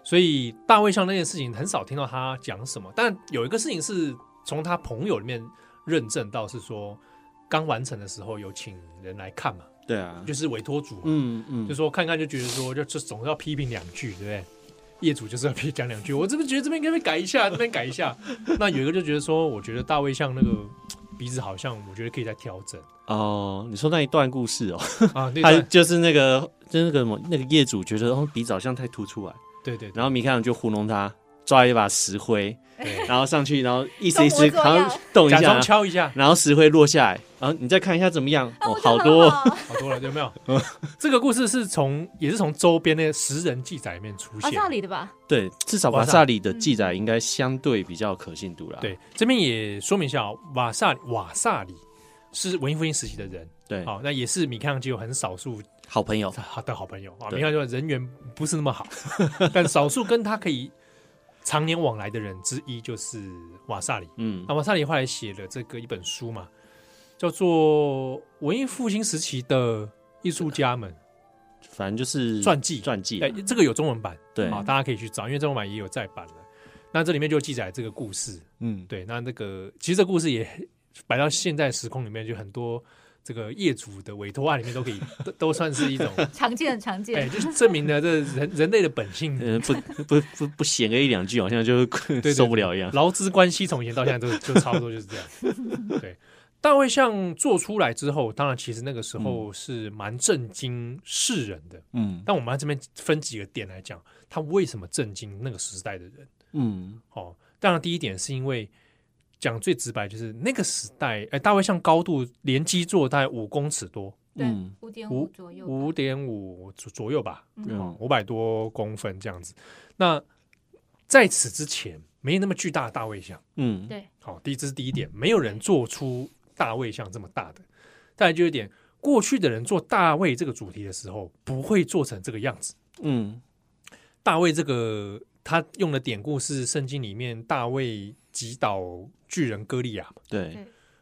Speaker 1: 所以大卫像那件事情很少听到他讲什么。但有一个事情是从他朋友里面认证到，是说刚完成的时候有请人来看嘛，
Speaker 2: 对啊，
Speaker 1: 就是委托组嘛，
Speaker 2: 嗯嗯
Speaker 1: 就，说看看就觉得说就就总要批评两句，对不对？业主就是要批讲两句，我这边觉得这边应该改一下，那边改一下。 那有一个就觉得说，我觉得大卫像那个鼻子好像，我觉得可以再调 整
Speaker 2: 哦，你说那一段故事哦，
Speaker 1: 啊。那
Speaker 2: 他
Speaker 1: 段
Speaker 2: 就是那个就是那个什么那个业主觉得哦鼻子好像太突出啊来，
Speaker 1: 对对对
Speaker 2: 然后米开朗就糊弄他，抓一把石灰，
Speaker 1: 对，
Speaker 2: 然后上去，然后一直一
Speaker 3: 装模
Speaker 2: 直
Speaker 3: 作
Speaker 2: 好
Speaker 3: 样
Speaker 2: 像动一
Speaker 1: 假
Speaker 2: 下啊
Speaker 1: 装，敲一下，
Speaker 2: 然后石灰落下来，然后你再看一下怎么样，
Speaker 3: 啊
Speaker 2: 哦
Speaker 3: 我，觉
Speaker 2: 好
Speaker 3: 得很
Speaker 2: 多哦，
Speaker 3: 好
Speaker 1: 好多了，有没有？ 这个故事是从也是从周边那个十人记载里面出
Speaker 3: 奥
Speaker 1: 现。
Speaker 3: 萨里的吧？
Speaker 2: 对，至少
Speaker 1: 瓦
Speaker 2: 瓦
Speaker 1: 萨
Speaker 2: 萨里的记
Speaker 3: 嗯
Speaker 2: 载应该相对比较有可信度啦。
Speaker 1: 对，这边也说明一下、哦，瓦萨瓦萨里是文艺复兴时期的人，哦
Speaker 2: 对，
Speaker 1: 好、那也是米开朗基罗很少数
Speaker 2: 好朋友，
Speaker 1: 他的好朋友啊。
Speaker 2: 对
Speaker 1: 米开朗基罗人缘不是那么好， 但少数跟他可以常年往来的人之一就是瓦萨里。
Speaker 2: 嗯
Speaker 1: 那瓦萨里后来写了这个一本书嘛，叫做《文艺复兴时期的艺术家们
Speaker 2: 反正就是
Speaker 1: 传记》。
Speaker 2: 传记
Speaker 1: 哎，
Speaker 2: 啦，
Speaker 1: 这个有中文版，
Speaker 2: 对
Speaker 1: 好，大家可以去找，因为中文版也有再版了。那这里面就记载这个故事，
Speaker 2: 嗯，
Speaker 1: 对，那那个其实这故事也摆到现在时空里面，就很多这个业主的委托案里面都可以，都都算是一种，
Speaker 3: 常见常
Speaker 1: 哎、
Speaker 3: 见，
Speaker 1: 就是证明了这人人类的本性，
Speaker 2: 呃，不不不不写个一两句，好像就
Speaker 1: 对
Speaker 2: 受不了一样。
Speaker 1: 劳资关系从以前到现在都就差不多就是这样。对，大卫像做出来之后，当然其实那个时候是蛮震惊世人的。
Speaker 2: 嗯
Speaker 1: 但我们在这边分几个点来讲，他为什么震惊那个时代的人？
Speaker 2: 嗯，
Speaker 1: 哦，当然第一点是因为讲最直白，就是那个时代，哎，大卫像高度连基座大概五公尺多，
Speaker 3: 对
Speaker 2: 嗯，
Speaker 3: 五点
Speaker 1: 五
Speaker 3: 五左右吧，
Speaker 1: 五点五左左右吧，哦
Speaker 2: 嗯
Speaker 1: 五百多公分这样子。那在此之前，没那么巨大的大卫像。
Speaker 2: 嗯，
Speaker 3: 对
Speaker 1: 好、第一这是第一点，没有人做出大卫像这么大的。再来就一点，过去的人做大卫这个主题的时候，不会做成这个样子。
Speaker 2: 嗯
Speaker 1: 大卫这个他用的典故是圣经里面大卫击倒巨人歌利亚嘛。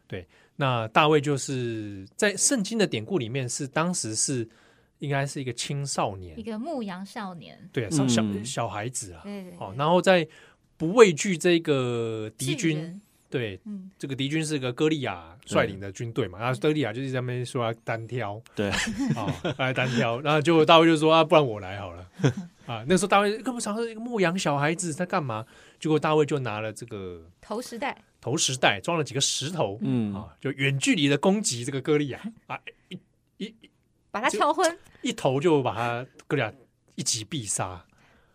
Speaker 2: 对，
Speaker 1: 那大卫就是在圣经的典故里面是当时是应该是一个青少年
Speaker 3: 一，个牧羊少年，
Speaker 1: 对啊，小小
Speaker 2: 嗯
Speaker 1: 小孩子啊。
Speaker 3: 对对，
Speaker 1: 哦，
Speaker 3: 对
Speaker 1: 然后在不畏惧这个敌，
Speaker 3: 巨
Speaker 1: 军，
Speaker 3: 人
Speaker 1: 对
Speaker 3: 嗯，
Speaker 1: 这个敌军是个歌利亚率领的军队嘛，然后歌利亚就是在那边说要单挑，
Speaker 2: 对
Speaker 1: 啊、来单挑， 然后结果大卫就说啊，不然我来好了，啊，那时候大卫根本想说一个牧羊小孩子在干嘛，结果大卫就拿了这个
Speaker 3: 头时代，
Speaker 1: 投石袋装了几个石头，
Speaker 2: 嗯
Speaker 1: 啊，就远距离的攻击这个歌利亚，啊，
Speaker 3: 把他
Speaker 1: 就
Speaker 3: 敲昏，
Speaker 1: 一头就把他哥利亚一击必杀，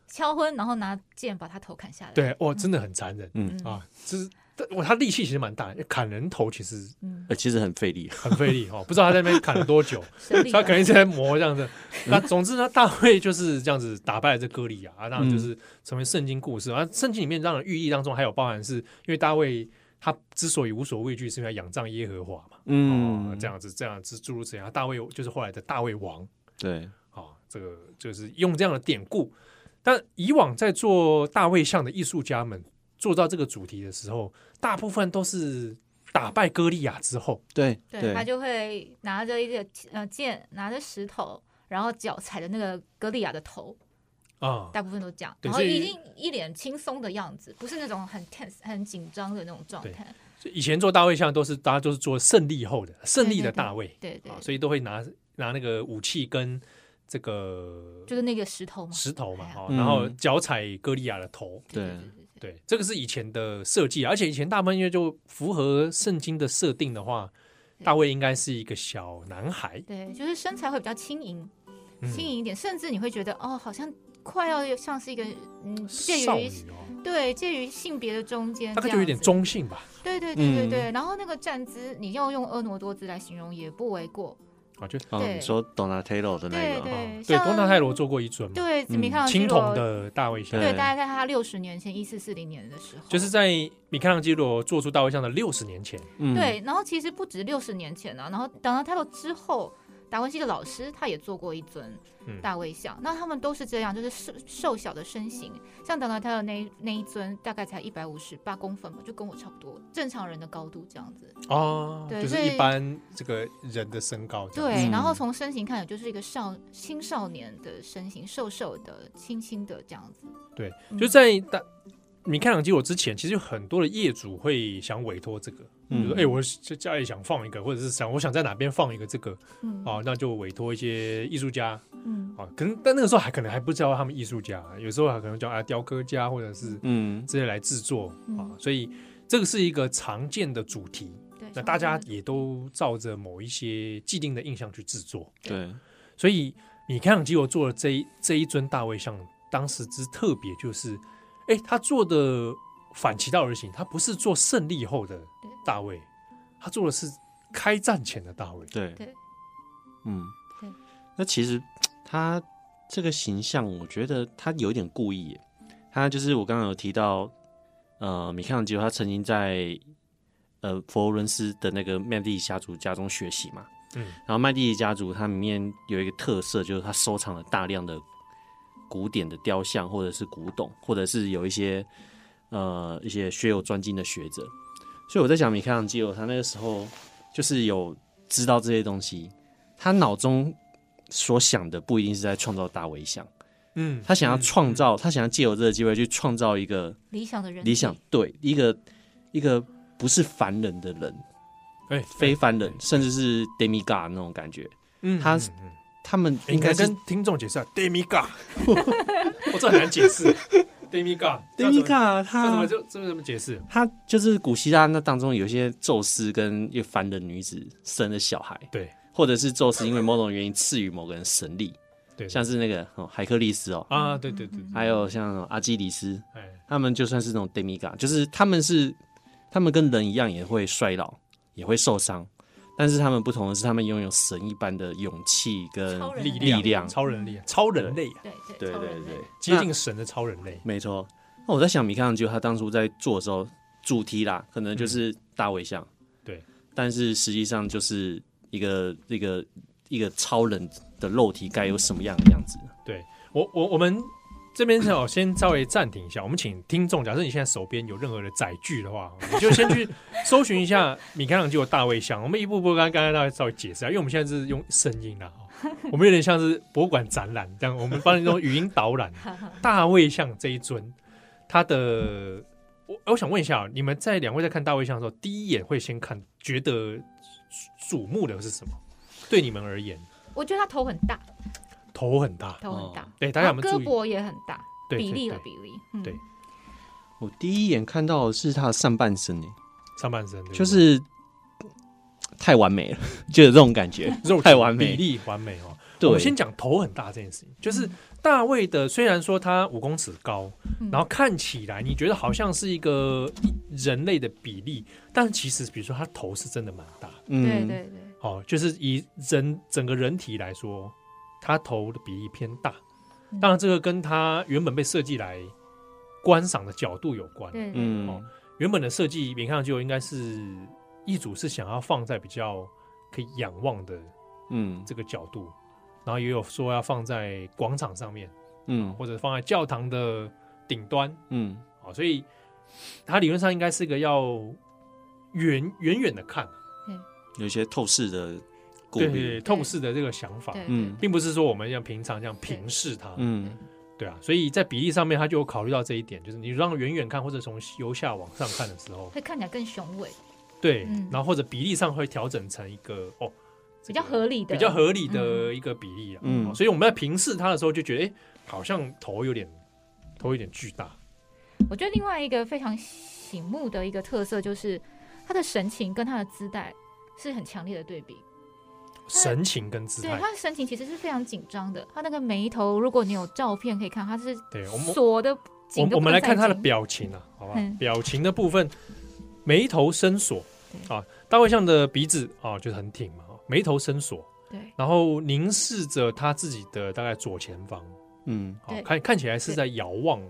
Speaker 3: 敲昏，然后拿剑把他头砍下来，
Speaker 1: 对，哇，真的很残忍
Speaker 2: 嗯，
Speaker 3: 嗯
Speaker 1: 啊，就是但哇，他力气其实蛮大，砍人头其实
Speaker 3: 嗯，
Speaker 2: 呃，其实很费力。
Speaker 1: 很费力哦，不知道他在那边砍了多久。
Speaker 3: 神力
Speaker 1: 他可能
Speaker 3: 吧
Speaker 1: 一直在磨这样子。 那总之呢，大卫就是这样子打败了这歌利亚，啊，当然就是成为圣经故事。而、圣经里面当然寓意当中还有包含是，因为大卫他之所以无所畏惧，是因为他仰仗耶和华嘛。
Speaker 2: 嗯
Speaker 1: 哦，，这样子，这样子诸如此类。啊大卫就是后来的大卫王
Speaker 2: 对，
Speaker 1: 啊、哦这个就是用这样的典故。但以往在做大卫像的艺术家们，做到这个主题的时候，大部分都是打败歌利亚之后，
Speaker 2: 对
Speaker 3: 对他就会拿着一个呃剑，拿着石头，然后脚踩着那个歌利亚的头，
Speaker 1: 啊、
Speaker 3: 大部分都这样，
Speaker 1: 对
Speaker 3: 然后
Speaker 1: 所以
Speaker 3: 已经一脸轻松的样子，不是那种很 tense、很紧张的那种状态。
Speaker 1: 所以以前做大卫像都是大家都是做胜利后的胜利的大卫
Speaker 3: 对对
Speaker 1: 啊，，所以都会拿拿那个武器跟这个
Speaker 3: 就是那个石头嘛。
Speaker 1: 石头嘛，
Speaker 3: 哎呀
Speaker 1: 哦，
Speaker 2: 嗯
Speaker 1: 然后脚踩歌利亚的头。
Speaker 3: 对
Speaker 2: 对
Speaker 3: 对对对
Speaker 1: 对，这个是以前的设计啊，而且以前大部分因为就符合圣经的设定的话，
Speaker 3: 对
Speaker 1: 大卫应该是一个小男孩，
Speaker 3: 对，就是身材会比较轻盈，
Speaker 1: 嗯
Speaker 3: 轻盈一点，甚至你会觉得哦，好像快要像是一个嗯，介
Speaker 1: 少
Speaker 3: 于
Speaker 1: 女哦，
Speaker 3: 对介于性别的中间，
Speaker 1: 大概就有点。中性吧，
Speaker 3: 对对对对
Speaker 2: 嗯
Speaker 3: 对，然后那个站姿，你要用婀娜多姿来形容也不为过。
Speaker 1: 啊，就
Speaker 2: 哦，
Speaker 3: 对
Speaker 2: 你说 Donatello 的那
Speaker 3: 对
Speaker 2: 个哈，
Speaker 1: 啊对，
Speaker 3: 对，像
Speaker 1: 东纳泰罗做过一尊嘛，
Speaker 3: 对米开朗
Speaker 1: 嗯
Speaker 3: 基
Speaker 1: 青铜
Speaker 3: 罗，
Speaker 1: 的大卫像，
Speaker 3: 对，
Speaker 2: 对
Speaker 3: 大概在他六十年前，一四四零年的时候，
Speaker 1: 就是在米开朗基罗做出大卫像的六十年前，
Speaker 2: 嗯，
Speaker 3: 对，然后其实不止六十年前啊，然后等到他到之后，达文西的老师他也做过一尊
Speaker 1: 嗯
Speaker 3: 大卫像，那他们都是这样，就是瘦瘦小的身形，像等到他的那一那一尊大概才一百五十八公分吧，就跟我差不多，正常人的高度这样子。
Speaker 1: 哦，
Speaker 3: 对
Speaker 1: 就是
Speaker 3: 所以
Speaker 1: 一般这个人的身高这样子，
Speaker 3: 对，然后
Speaker 2: 嗯
Speaker 3: 从身形看，也就是一个少青少年的身形，瘦瘦的、轻轻的这样子。
Speaker 1: 对
Speaker 3: 嗯，
Speaker 1: 就在大米开朗基罗之前，其实有很多的业主会想委托这个，
Speaker 2: 嗯
Speaker 1: 就是哎、我家家里想放一个，或者是想我想在哪边放一个这个
Speaker 3: 嗯
Speaker 1: 啊，那就委托一些艺术家
Speaker 3: 嗯，
Speaker 1: 啊，可能但那个时候还可能还不知道他们艺术家，有时候还可能叫啊雕刻家或者是
Speaker 2: 嗯，
Speaker 1: 之类来制作啊
Speaker 3: 嗯，
Speaker 1: 所以这个是一个常见的主题，
Speaker 3: 对。
Speaker 1: 那
Speaker 3: 像
Speaker 1: 大家
Speaker 3: 这样
Speaker 1: 也都照着某一些既定的印象去制作，
Speaker 2: 对，
Speaker 1: 所以米开朗基罗做的这一这一尊大卫像，当时之特别就是，哎，他做的反其道而行，他不是做胜利后的
Speaker 3: 对
Speaker 1: 大卫，他做的是开战前的大卫。
Speaker 2: 对，
Speaker 3: 对，
Speaker 2: 嗯
Speaker 3: 对，
Speaker 2: 那其实他这个形象，我觉得他有点故意耶。他就是我刚刚有提到，呃，米开朗基罗他曾经在呃佛罗伦斯的那个麦地家族家中学习嘛，
Speaker 1: 嗯，
Speaker 2: 然后麦地家族它里面有一个特色，就是他收藏了大量的古典的雕像，或者是古董，或者是有一些呃一些学有专精的学者。所以我在想，米开朗基罗他那个时候就是有知道这些东西，他脑中所想的不一定是在创造大微像，
Speaker 1: 嗯
Speaker 2: 他想要创造，他想要借由这个机会去创造一个
Speaker 3: 理想的人体，
Speaker 2: 理想，对一个一个不是凡人的人，
Speaker 1: 哎
Speaker 2: 非凡人，甚至是 demigod 那种感觉。
Speaker 1: 嗯
Speaker 2: 他
Speaker 1: 嗯嗯
Speaker 2: 他们
Speaker 1: 应
Speaker 2: 应
Speaker 1: 该
Speaker 2: 该是
Speaker 1: 跟听众解释啊，demiga，我这很难解释，demiga，
Speaker 2: demigod，
Speaker 1: 这怎么
Speaker 2: 他
Speaker 1: 就这怎么解释？
Speaker 2: 他就是古希腊那当中有一些宙斯跟一个凡人女子生的小孩，
Speaker 1: 对
Speaker 2: 或者是宙斯因为某种原因赐予某个人神力，
Speaker 1: 对，
Speaker 2: 像是那个哦海克力斯哦，
Speaker 1: 啊，对对对，
Speaker 3: 嗯
Speaker 1: 对
Speaker 2: 还有像阿基里斯，
Speaker 1: 哎，
Speaker 2: 他们就算是那种 demigod，就是他们是他们跟人一样也会衰老，也会受伤，但是他们不同的是，他们拥有神一般的勇气跟
Speaker 3: 超人
Speaker 1: 哎力
Speaker 2: 力量。
Speaker 1: 超人力，超人类啊，
Speaker 3: 对对
Speaker 2: 对
Speaker 3: 超
Speaker 2: 对
Speaker 3: 人类
Speaker 2: 对，
Speaker 1: 接近神的超人类，
Speaker 2: 没错。那我在想，米开朗基罗他当初在做的时候，主题啦，可能就是大卫像，
Speaker 1: 对，
Speaker 2: 但是实际上就是一个一个一个超人的肉体该有什么样的样子？
Speaker 1: 我我我们这边是哦，先稍微暂停一下，我们请听众，假设你现在手边有任何的载具的话，你就先去搜寻一下 米开朗基罗大卫像。我们一步步刚刚刚才稍微解释啊，因为我们现在是用声音啦，哦我们有点像是博物馆展览这样，我们帮你用语音导 览大卫像这一尊，它的。我我想问一下哦，你们在两位在看大卫像的时候，第一眼会先看觉得瞩目的是什么？对你们而言，
Speaker 3: 我觉得他头很大，
Speaker 1: 头很大，
Speaker 3: 头很大，
Speaker 2: 哦
Speaker 1: 对大家
Speaker 3: 然
Speaker 1: 有没
Speaker 3: 后胳
Speaker 1: 有注意？
Speaker 3: 膊也很大，
Speaker 1: 对
Speaker 3: 比
Speaker 1: 对
Speaker 3: 例
Speaker 1: 对
Speaker 3: 了比例，嗯
Speaker 1: 对
Speaker 2: 我第一眼看到的是他的上半身欸诶，
Speaker 1: 上半身对不对
Speaker 2: 就是太完美了， 就有这种感 觉，
Speaker 1: 肉体
Speaker 2: 太完
Speaker 1: 比
Speaker 2: 美
Speaker 1: 例完美哦。我
Speaker 2: 对
Speaker 1: 们，先讲头很大这件事情，就是大卫的，虽然说他五公尺高，
Speaker 3: 嗯
Speaker 1: 然后看起来你觉得好像是一个人类的比例，但其实比如说他头是真的蛮大的
Speaker 3: 对
Speaker 2: 嗯，
Speaker 3: 对对，
Speaker 1: 哦，就是以人整个人体来说，他头的比例偏大。
Speaker 3: 嗯
Speaker 1: 当然，这个跟他原本被设计来观赏的角度有关。
Speaker 3: 对，对
Speaker 2: 嗯
Speaker 1: 哦，原本的设计，别看就应该是一组是想要放在比较可以仰望的
Speaker 2: 嗯
Speaker 1: 这个角度，然后也有说要放在广场上面，
Speaker 2: 嗯
Speaker 1: 或者放在教堂的顶端
Speaker 2: 嗯，
Speaker 1: 啊，所以它理论上应该是个要远远远的看，
Speaker 2: 有一些透视的顾
Speaker 1: 对
Speaker 2: 虑，
Speaker 1: 透视的这个想法，
Speaker 3: 对，
Speaker 2: 嗯
Speaker 1: 并不是说我们像平常这样平视它，
Speaker 2: 嗯，
Speaker 1: 对啊，所以在比例上面，他就有考虑到这一点，就是你让远远看或者从由下往上看的时候，
Speaker 3: 会看起来更雄伟，
Speaker 1: 对，
Speaker 3: 嗯
Speaker 1: 然后或者比例上会调整成一个哦
Speaker 3: 比较合理的，
Speaker 1: 比较合理的一个比例啊。
Speaker 2: 嗯
Speaker 1: 哦所以我们在平视它的时候就觉得，哎、好像头有点头有点巨大，
Speaker 3: 我觉得另外一个非常醒目的一个特色就是他的神情跟他的姿态是很强烈的对比。
Speaker 1: 神情跟姿
Speaker 3: 对，
Speaker 1: 态。
Speaker 3: 他的神情其实是非常紧张的，他那个眉头，如果你有照片可以看，他是
Speaker 1: 对我们
Speaker 3: 锁的
Speaker 1: 我
Speaker 3: 紧
Speaker 1: 们
Speaker 3: 得
Speaker 1: 我
Speaker 3: 不
Speaker 1: 们
Speaker 3: 能再紧。
Speaker 1: 来看他的表情啊，好吧
Speaker 3: 嗯？
Speaker 1: 表情的部分，眉头深锁
Speaker 3: 对
Speaker 1: 啊，大卫像的鼻子啊就是很挺嘛，哦眉头深锁，
Speaker 3: 对
Speaker 1: 然后凝视着他自己的大概左前方。
Speaker 2: 嗯
Speaker 1: 好
Speaker 3: 对
Speaker 1: 看看起来是
Speaker 3: 对
Speaker 1: 在遥望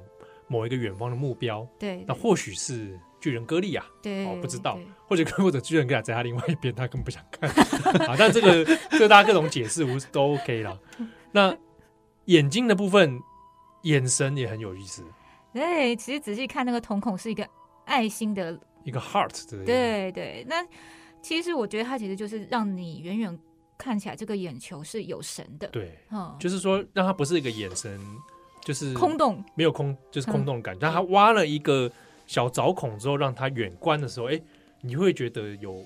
Speaker 1: 某一个远方的目标，
Speaker 3: 对
Speaker 1: 那或许是巨人歌利亚，
Speaker 3: 对，
Speaker 1: 哦不知道
Speaker 3: 对
Speaker 1: 或者或者巨人歌利亚在他另外一边，他更不想看 啊。但这个这个大家各种解释无都 OK 啦。那眼睛的部分，眼神也很有意思，
Speaker 3: 对，其实仔细看那个瞳孔是一个爱心的，
Speaker 1: 一个 heart 的，，
Speaker 3: 对对。那其实我觉得它其实就是让你远远看起来这个眼球是有神的，
Speaker 1: 对，
Speaker 3: 嗯，
Speaker 1: 就是说让他不是一个眼神，就是
Speaker 3: 空洞，嗯
Speaker 1: 没有空，就是空洞的感觉。但他挖了一个小凿孔之后，让他远观的时候，哎，你会觉得有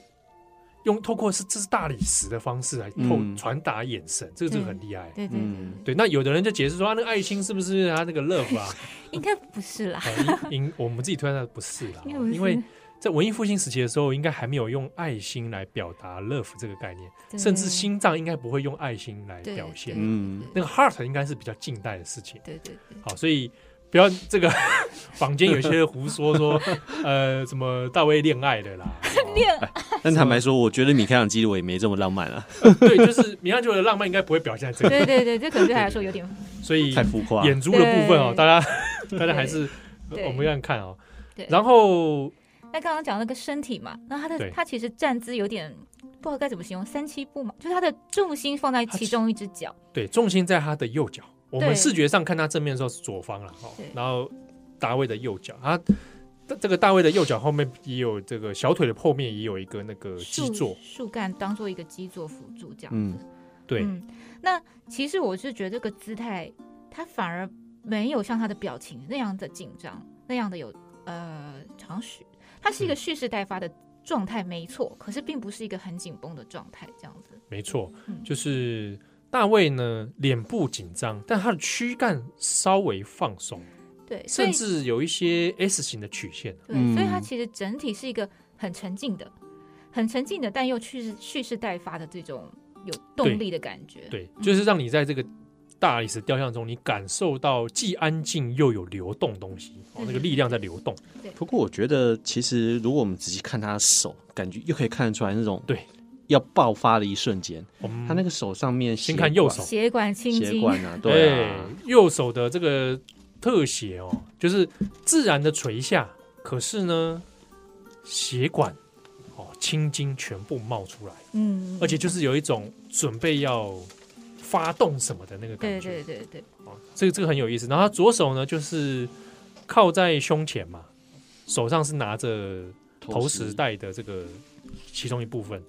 Speaker 1: 用透过是这是大理石的方式来透
Speaker 2: 嗯
Speaker 1: 传达眼神，这个这个
Speaker 3: 对
Speaker 1: 很厉害。
Speaker 3: 对对对
Speaker 2: 嗯
Speaker 1: 对，那有的人就解释说，他啊那个爱心是不是他那个 love 啊？
Speaker 3: 应该不是啦，
Speaker 1: 啊因 因我们自己推断不是啦，
Speaker 3: 应该不是
Speaker 1: 因为在文艺复兴时期的时候，应该还没有用爱心来表达 love 这个概念，
Speaker 3: 对
Speaker 1: 甚至心脏应该不会用爱心来表现。
Speaker 3: 对
Speaker 2: 嗯，
Speaker 1: 那个 heart 应该是比较近代的事情。哦
Speaker 3: 对对对，
Speaker 1: 好，所以不要这个 坊间有些胡说说， 呃，什么大卫恋爱的啦，哎
Speaker 3: 恋
Speaker 2: 但坦白说，我觉得米开朗基罗也没这么浪 漫啊，
Speaker 1: 对，就是米开朗基罗的浪漫应该不会表现在这里，
Speaker 3: 对对对，这可能对他来说有点
Speaker 1: 所以
Speaker 2: 太浮夸了。
Speaker 1: 眼珠的部分哦，
Speaker 3: 对
Speaker 1: 大家 大家还是
Speaker 3: 对
Speaker 1: 我们要看哦
Speaker 3: 对。
Speaker 1: 然后
Speaker 3: 那刚刚讲那个身体嘛，那他
Speaker 1: 对
Speaker 3: 的他其实站姿有点不知道该怎么形容，三七步嘛，就是他的重心放在其中一只脚，
Speaker 1: 对重心在他的右脚，我们
Speaker 3: 对
Speaker 1: 视觉上看他正面的时候是左方了哦
Speaker 3: 对，
Speaker 1: 然后大卫的右脚，他这个大卫的右脚后面也有这个小腿的后面也有一个那个基
Speaker 3: 树
Speaker 1: 呃座，
Speaker 3: 树干当做一个基座辅助这样
Speaker 2: 嗯
Speaker 3: 子。
Speaker 1: 对，
Speaker 3: 嗯，那其实我是觉得这个姿态，他反而没有像他的表情那样的紧张，那样的有呃长许，他
Speaker 1: 嗯
Speaker 3: 是一个蓄势待发的状态，没错，可是并不是一个很紧绷的状态这样子。
Speaker 1: 没错
Speaker 3: 嗯，
Speaker 1: 就是大卫呢，脸部紧张，但他的躯干稍微放松，
Speaker 3: 对，所
Speaker 1: 甚
Speaker 3: 以
Speaker 1: 至有一些 S 型的曲线。啊
Speaker 3: 对，所以它
Speaker 2: 嗯
Speaker 3: 其实整体是一个很沉静的、很沉静的，但又蓄势蓄势待发的这种有
Speaker 1: 对
Speaker 3: 动力的感觉。
Speaker 1: 对，就是让你在这个大理石雕像中，你感受到既安静又有流动东西，哦
Speaker 3: 对，
Speaker 1: 那个力量在流动。
Speaker 2: 不过我觉得，其实如果我们仔细看他的手，感觉又可以看得出来那种
Speaker 1: 对
Speaker 2: 要爆发的一瞬间。
Speaker 1: 我们
Speaker 2: 他那个手上面
Speaker 1: 先
Speaker 2: 血管
Speaker 1: 看右手
Speaker 3: 血管青
Speaker 2: 血
Speaker 3: 筋，
Speaker 2: 管啊，
Speaker 1: 对
Speaker 2: 对啊，
Speaker 1: 哎右手的这个特写哦，就是自然的垂下，可是呢，血管哦青筋全部冒出来。
Speaker 3: 嗯，
Speaker 1: 而且就是有一种准备要发动什么的那个感
Speaker 3: 嗯对
Speaker 1: 觉。
Speaker 3: 对对对，
Speaker 1: 哦，这个这个很有意思。然后他左手呢，就是靠在胸前嘛，手上是拿着头时代的这个其中一部分。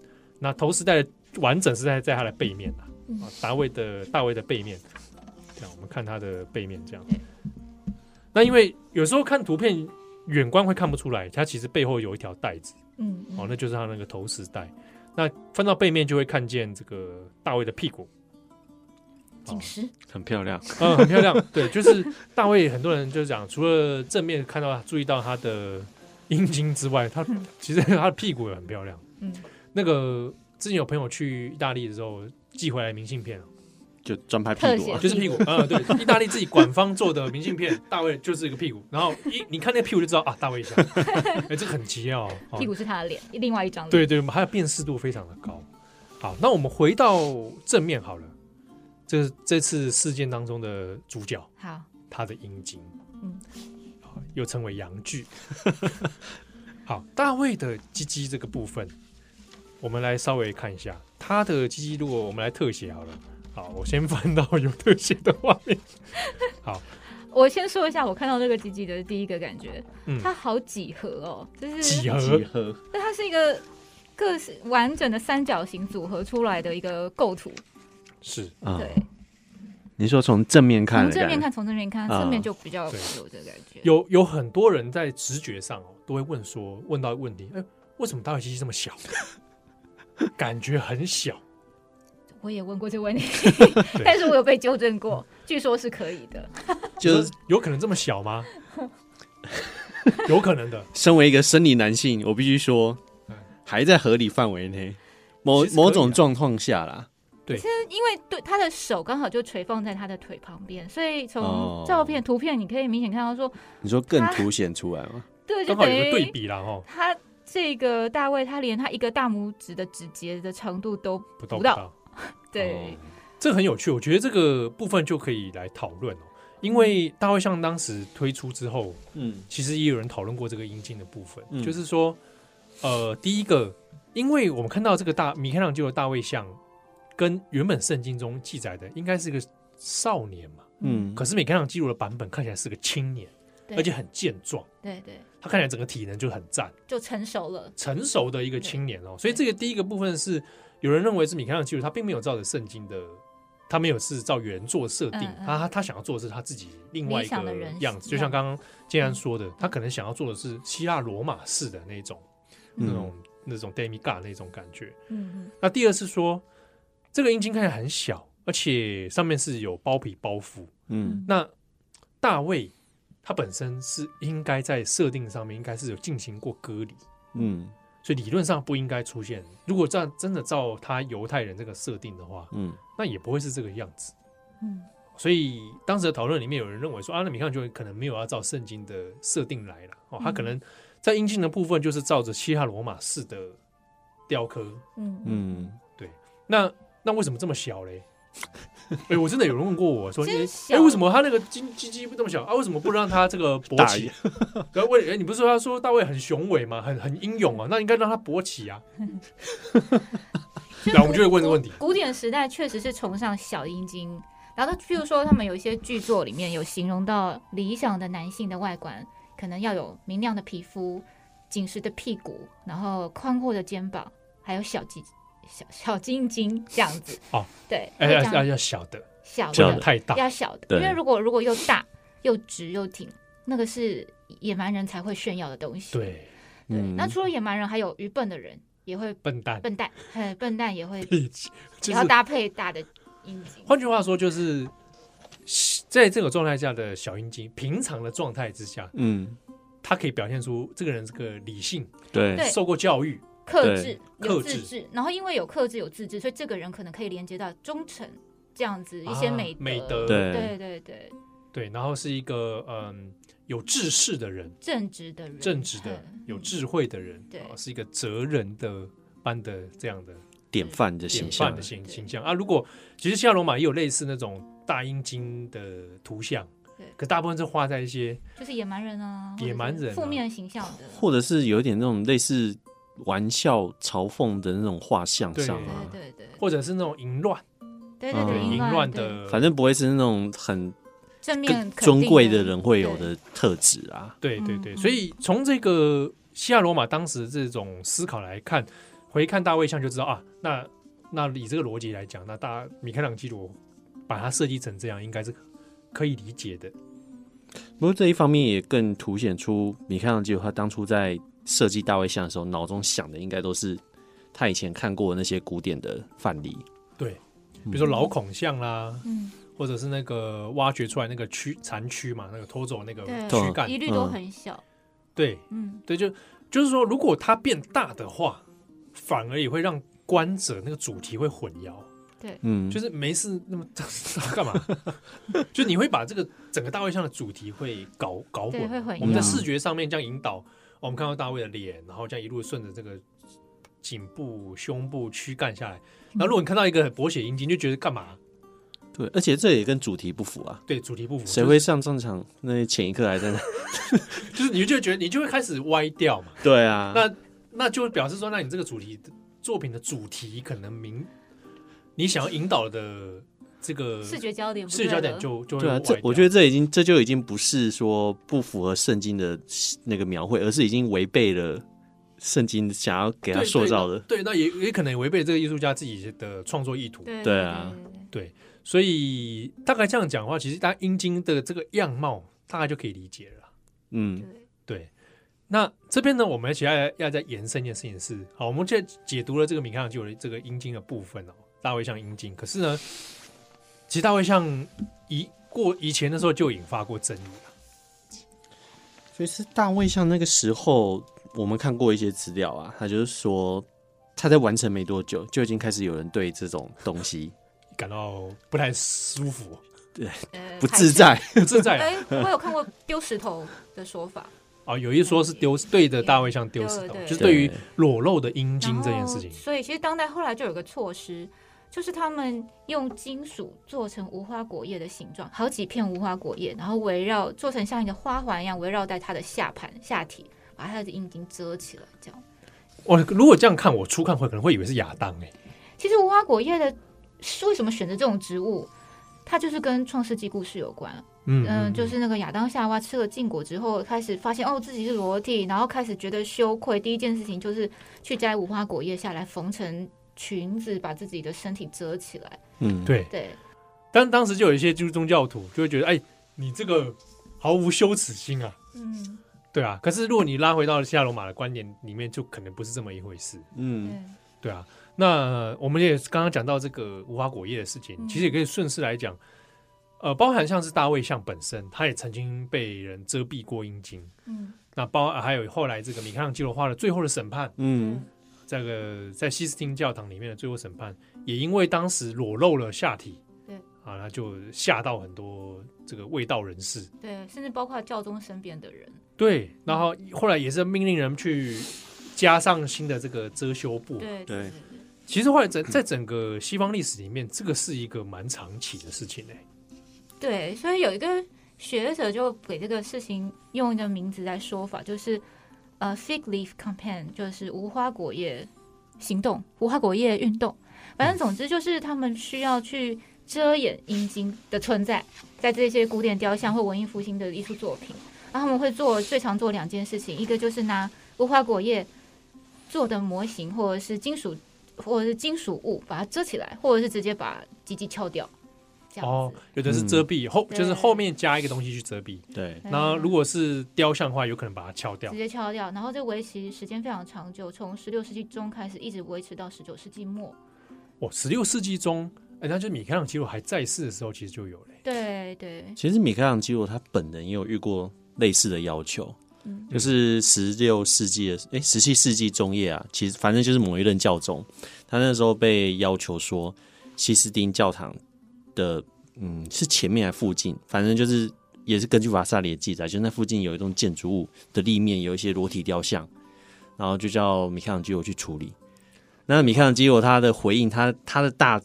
Speaker 1: 那头时代的完整是在在他的背面啊，
Speaker 3: 嗯
Speaker 1: 啊大卫的大卫的背面。这样我们看他的背面这样
Speaker 3: 对。
Speaker 1: 那因为有时候看图片远观会看不出来，它其实背后有一条带子。
Speaker 3: 嗯，
Speaker 1: 哦，
Speaker 3: 嗯
Speaker 1: 那就是他那个头时代。那翻到背面就会看见这个大卫的屁股，哦
Speaker 3: 紧实，
Speaker 2: 很漂亮。
Speaker 1: 嗯，很漂亮。对，就是大卫，很多人就讲，除了正面看到注意到他的阴茎之外，他
Speaker 3: 嗯
Speaker 1: 其实他的屁股也很漂亮。
Speaker 3: 嗯，
Speaker 1: 那个之前有朋友去意大利的时候寄回来明信片，啊
Speaker 2: 就专拍屁股、
Speaker 3: 特
Speaker 2: 啊
Speaker 3: 写，
Speaker 1: 就是屁股，嗯，对，意大利自己官方做的明信片，大卫就是一个屁股，然后一你看那个屁股就知道啊，大卫像，哎、这个很奇妙、哦，
Speaker 3: 屁股是他的脸，另外一张脸。
Speaker 1: 对对，我们还有辨识度非常的高。好，那我们回到正面好了，这这次事件当中的主角，
Speaker 3: 好，
Speaker 1: 他的阴茎，
Speaker 3: 嗯
Speaker 1: 好，又称为阳具。 好，大卫的鸡鸡这个部分，我们来稍微看一下他的鸡鸡。如果我们来特写好了，好，我先翻到有特写的画面。好，
Speaker 3: 我先说一下，我看到这个吉吉的第一个感觉，
Speaker 1: 嗯
Speaker 3: 它好几何哦，就是
Speaker 1: 几何
Speaker 2: 几何
Speaker 3: 那它是一个各式完整的三角形组合出来的一个构图，
Speaker 1: 是
Speaker 2: 啊
Speaker 3: 对，
Speaker 2: 你说从正面看
Speaker 3: 从
Speaker 2: 的
Speaker 3: 正面
Speaker 2: 感觉，
Speaker 3: 看，从正面看，
Speaker 2: 啊
Speaker 3: 侧面就比较
Speaker 1: 嗯对
Speaker 3: 有这个感觉。
Speaker 1: 有有很多人在直觉上哦，都会问说，问到问题，哎、为什么打火机这么小？ 感觉很小，
Speaker 3: 我也问过这个问题
Speaker 1: 对，嗯
Speaker 3: 但是我有被纠正过，据说是可以的。
Speaker 2: 就是
Speaker 1: 有可能这么小吗？ 有可能的，
Speaker 2: 身为一个生理男性，我必须说
Speaker 1: 嗯，
Speaker 2: 还在合理范围内，某
Speaker 1: 其实可以啊
Speaker 2: 某种状况下啦，
Speaker 3: 因为对他的手刚好就垂放在他的腿旁边，所以
Speaker 2: 哦
Speaker 3: 从照片、图片你可以明显看到说，
Speaker 2: 你说更
Speaker 3: 他
Speaker 2: 凸显出来吗？
Speaker 3: 对，就
Speaker 1: 刚好
Speaker 3: 等
Speaker 1: 有个对
Speaker 3: 于
Speaker 1: 比啦，哦，
Speaker 3: 他这个大卫，他连他一个大拇指的指节的长度都
Speaker 1: 不到
Speaker 3: 不
Speaker 1: 不
Speaker 3: 到
Speaker 1: 到，哦
Speaker 3: 对，
Speaker 1: 这很有趣，我觉得这个部分就可以来讨论哦。因为大会像当时推出之后，
Speaker 2: 嗯，
Speaker 1: 其实也有人讨论过这个阴茎的部分，
Speaker 2: 嗯
Speaker 1: 就是说，呃，第一个，因为我们看到这个大米开朗基罗的大卫像，跟原本圣经中记载的应该是个少年嘛，
Speaker 2: 嗯
Speaker 1: 可是米开朗基罗的版本看起来是个青年，
Speaker 3: 对
Speaker 1: 而且很健壮，
Speaker 3: 对对，
Speaker 1: 他看起来整个体能就很赞，
Speaker 3: 就成熟了。
Speaker 1: 成熟的一个青年哦。所以这个第一个部分是有人认为是米开朗基罗，他并没有照着圣经的。他没有是照原作设定，
Speaker 3: 嗯嗯
Speaker 1: 他他他想要做的是他自己另外一
Speaker 3: 理
Speaker 1: 个
Speaker 3: 想的人
Speaker 1: 样子，
Speaker 3: 是
Speaker 1: 就像刚刚建安说的，他可能想要做的是希腊罗马式的那种那种那种 demigod 那种感觉。
Speaker 3: 嗯
Speaker 1: 那第二是说，这个阴茎看起来很小，而且上面是有包皮包覆。
Speaker 2: 嗯
Speaker 3: 嗯
Speaker 1: 那大卫他本身是应该在设定上面应该是有进行过割礼，
Speaker 2: 嗯
Speaker 1: 所以理论上不应该出现。如果这样真的照他犹太人这个设定的话，
Speaker 2: 嗯
Speaker 1: 那也不会是这个样子。
Speaker 3: 嗯
Speaker 1: 所以当时的讨论里面，有人认为说啊，那米开朗基罗可能没有要照圣经的设定来了哦，他可
Speaker 3: 嗯
Speaker 1: 能在阴茎的部分就是照着希腊罗马式的雕刻。
Speaker 3: 嗯
Speaker 2: 嗯，
Speaker 1: 那那为什么这么小 嘞？哎、我真的有人问过我说，哎、
Speaker 3: 真
Speaker 1: 诶
Speaker 3: 小
Speaker 1: 为什么他那个鸡鸡鸡这么小啊？为什么不让他这个 勃
Speaker 2: 大
Speaker 1: 起？然后为哎、你不是说他说大卫很雄伟吗？很很英勇啊？那应该让他勃起啊！
Speaker 3: 就
Speaker 1: 来我们就会问这个问题
Speaker 3: 古古典时代确实是崇尚小阴茎，然后他譬如说他们有一些剧作里面有形容到理想的男性的外观，可能要有明亮的皮肤、紧实的屁股，然后宽阔的肩膀，还有小鸡小小金茎这样子。
Speaker 1: 哦，
Speaker 3: 对，
Speaker 1: 哎、
Speaker 3: 会
Speaker 1: 要
Speaker 3: 这样
Speaker 1: 要要小的，
Speaker 3: 小
Speaker 1: 不
Speaker 2: 这
Speaker 1: 能
Speaker 2: 样
Speaker 3: 的
Speaker 1: 太大。
Speaker 3: 要小的，
Speaker 2: 对
Speaker 3: 因为如果如果又大又直又挺，那个是野蛮人才会炫耀的东西。
Speaker 1: 对，
Speaker 3: 对
Speaker 2: 嗯
Speaker 3: 那除了野蛮人，还有愚笨的人也会
Speaker 1: 笨蛋，
Speaker 3: 笨蛋， 嘿，笨蛋也会
Speaker 1: 就
Speaker 3: 也要
Speaker 1: 是
Speaker 3: 搭配大的阴茎。
Speaker 1: 换句话说，就是在这个状态下的小阴茎，平常的状态之下，
Speaker 2: 嗯，
Speaker 1: 他可以表现出这个人是个理性、
Speaker 2: 对
Speaker 3: 对
Speaker 1: 受过教育，
Speaker 3: 克制
Speaker 1: 对
Speaker 3: 有
Speaker 1: 克
Speaker 3: 自
Speaker 1: 制
Speaker 3: 制，然后因为有克制有自制，所以这个人可能可以连接到忠诚这样子一些
Speaker 1: 啊
Speaker 3: 美德。
Speaker 1: 美德
Speaker 3: 对
Speaker 2: 对，
Speaker 3: 对对，
Speaker 1: 对，然后是一个嗯有志士的人。
Speaker 3: 正直的人，
Speaker 1: 正直的、
Speaker 3: 嗯
Speaker 1: 有智慧的人，
Speaker 3: 对
Speaker 1: 啊是一个哲人的般的这样的
Speaker 2: 典范的
Speaker 1: 典
Speaker 2: 形
Speaker 1: 范
Speaker 2: 象
Speaker 1: 的，形
Speaker 3: 对
Speaker 1: 形象啊。如果其实希腊罗马也有类似那种大阴茎的图像
Speaker 3: 对，
Speaker 1: 可大部分是画在一些
Speaker 3: 就是野蛮人啊，
Speaker 1: 野蛮人啊
Speaker 3: 或者是负面形象的，
Speaker 2: 或者是有一点那种类似玩笑嘲讽的那种画像
Speaker 1: 对
Speaker 2: 上
Speaker 1: 者
Speaker 2: 啊，
Speaker 3: 对对对
Speaker 1: 或者是那种淫乱、
Speaker 3: 对对对，
Speaker 2: 嗯
Speaker 1: 淫哦乱
Speaker 3: 乱
Speaker 1: 的，
Speaker 2: 反正不会是那种很
Speaker 3: 对正面
Speaker 2: 更
Speaker 3: 肯定
Speaker 2: 尊贵的人会有的特质啊。
Speaker 1: 对对
Speaker 3: 嗯
Speaker 1: 对。
Speaker 3: 嗯
Speaker 1: 所以从这个希腊罗马当时这种思考来看，回看大卫像就知道啊，那那以这个逻辑来讲，那大米开朗基罗把它设计成这样，应该是可以理解的。
Speaker 2: 不过这一方面也更凸显出米开朗基罗他当初在设计大卫像的时候，脑中想的应该都是他以前看过的那些古典的范例。
Speaker 1: 对，比如说老孔像啦，
Speaker 3: 嗯，
Speaker 1: 或者是那个挖掘出来那个躯残躯嘛，那个拖走那个
Speaker 3: 对
Speaker 1: 躯干
Speaker 3: 一，律都很小，
Speaker 1: 对
Speaker 3: 嗯，
Speaker 1: 对，就就是说，如果它变大的话，反而也会让观者那个主题会混淆，
Speaker 3: 对，
Speaker 2: 嗯，
Speaker 1: 就是没事那么 干嘛，就你会把这个整个大卫像的主题会搞搞
Speaker 3: 对会混
Speaker 1: 混
Speaker 3: 淆。
Speaker 1: 我们在视觉上面这样引导，我们看到大卫的脸，然后这样一路顺着这个颈部、胸部、躯干下来，
Speaker 3: 嗯
Speaker 1: 然后如果你看到一个勃起阴茎，就觉得干嘛？
Speaker 2: 对，而且这也跟主题不符啊。
Speaker 1: 对，主题不符，
Speaker 2: 谁会上战场？那前一刻 还在那？
Speaker 1: 就是你就觉得你就会开始歪掉嘛，
Speaker 2: 对啊，
Speaker 1: 那那就表示说，那你这个主题作品的主题可能明你想要引导的这个
Speaker 3: 视觉焦点不
Speaker 1: 视
Speaker 3: 对
Speaker 1: 觉焦
Speaker 3: 了
Speaker 1: 点就就会
Speaker 2: 对啊，这
Speaker 1: 歪掉
Speaker 2: 我觉得这已经这就已经不是说不符合圣经的那个描绘，而是已经违背了圣经想要给他
Speaker 1: 对
Speaker 2: 塑
Speaker 1: 对
Speaker 2: 造
Speaker 1: 那
Speaker 2: 的。
Speaker 1: 对，那也也可能违背这个艺术家自己的创作意图。
Speaker 3: 对
Speaker 2: 对啊
Speaker 3: 对对对
Speaker 1: 所以大概这样讲的话，其实大家阴茎的这个样貌大概就可以理解了啦。
Speaker 2: 嗯，
Speaker 3: 对
Speaker 1: 对，那这边呢，我们其实要要再延伸一件事情是，好，我们现在解读了这个米开朗基罗的这个阴茎的部分哦，大卫像阴茎。可是呢，其实大卫像以过以前的时候就引发过争议了。
Speaker 2: 所以是大卫像那个时候，我们看过一些资料啊，他就是说他在完成没多久，就已经开始有人对这种东西
Speaker 1: 感到不太舒服，
Speaker 3: 呃
Speaker 2: 不自。在。
Speaker 1: 不自在啊、
Speaker 3: 哎，我有看过丢石头的说法，
Speaker 1: 哦有一说是丢对着大卫像丢石头
Speaker 3: 对，对
Speaker 1: 就是对于
Speaker 2: 对
Speaker 1: 裸露的阴茎
Speaker 3: 然
Speaker 1: 这件
Speaker 3: 后
Speaker 1: 事情，
Speaker 3: 所以其实当代后来就有个措施，就是他们用金属做成无花果叶的形状，好几片无花果叶，然后围绕做成像一个花环一样围绕在它的下盘下体，把它的阴茎遮起来，这样。
Speaker 1: 哇，哦如果这样看，我初看会可能会以为是亚当哎、
Speaker 3: 其实无花果叶的是为什么选择这种植物？它就是跟创世纪故事有关，
Speaker 1: 嗯
Speaker 3: 嗯，就是那个亚当夏娃吃了禁果之后，开始发现哦自己是裸体，然后开始觉得羞愧。第一件事情就是去摘无花果叶下来缝成裙子，把自己的身体遮起来。
Speaker 2: 嗯，
Speaker 1: 对。
Speaker 3: 对，
Speaker 1: 但当时就有一些基督宗教徒就会觉得，哎，你这个毫无羞耻心啊，
Speaker 3: 嗯，
Speaker 1: 对啊。可是如果你拉回到西亚罗马的观点里面，就可能不是这么一回事，
Speaker 2: 嗯，
Speaker 1: 对
Speaker 3: 对，
Speaker 1: 啊。那我们也刚刚讲到这个无花果叶的事情，
Speaker 3: 嗯
Speaker 1: 其实也可以顺势来讲，呃，包含像是大卫像本身，他也曾经被人遮蔽过阴茎。
Speaker 3: 嗯，
Speaker 1: 那包呃还有后来这个米开朗基罗画的《最后的审判》，
Speaker 2: 嗯，
Speaker 1: 这个在西斯汀教堂里面的《最后审判》，也因为当时裸露了下体，
Speaker 3: 对
Speaker 1: 啊，那就吓到很多这个卫道人士。
Speaker 3: 对，甚至包括教宗身边的人，
Speaker 1: 对，然后后来也是命令人去加上新的这个遮羞布。
Speaker 3: 对
Speaker 2: 对
Speaker 3: 对对
Speaker 1: 其实后来整在整个西方历史里面，这个是一个蛮长期的事情哎、
Speaker 3: 对，所以有一个学者就给这个事情用一个名字来说法，就是呃，fig leaf campaign，就是无花果叶行动、无花果叶运动。反正总之就是他们需要去遮掩阴茎的存在，在这些古典雕像或文艺复兴的艺术作品，然后他们会做最常做两件事情，一个就是拿无花果叶做的模型或者是金属或者是金属物把它遮起来，或者是直接把鸡鸡敲掉，这样子。嗯
Speaker 1: 哦，有的是遮蔽、后，
Speaker 3: 对
Speaker 1: 就是后面加一个东西去遮蔽。
Speaker 2: 对，
Speaker 3: 嗯
Speaker 1: 那如果是雕像的话，有可能把它敲掉
Speaker 3: 直。接敲掉。然后这围棋时间非常长久，从十六世纪中开始，一直维持到十九世纪末。
Speaker 1: 哦，十六世纪中，哎，那就是米开朗基罗还在世的时候，其实就有了、
Speaker 3: 对对，
Speaker 2: 其实米开朗基罗他本人也有遇过类似的要求，
Speaker 3: 嗯
Speaker 2: 就是十六世纪的，哎，十七世纪中叶啊，其实反正就是某一任教宗，他那时候被要求说，西斯丁教堂的，嗯，是前面还附近，反正就是也是根据瓦萨里的记载，就是那附近有一栋建筑物的立面有一些裸体雕像，然后就叫米开朗基罗去处理。那米开朗基罗他的回应，他他的大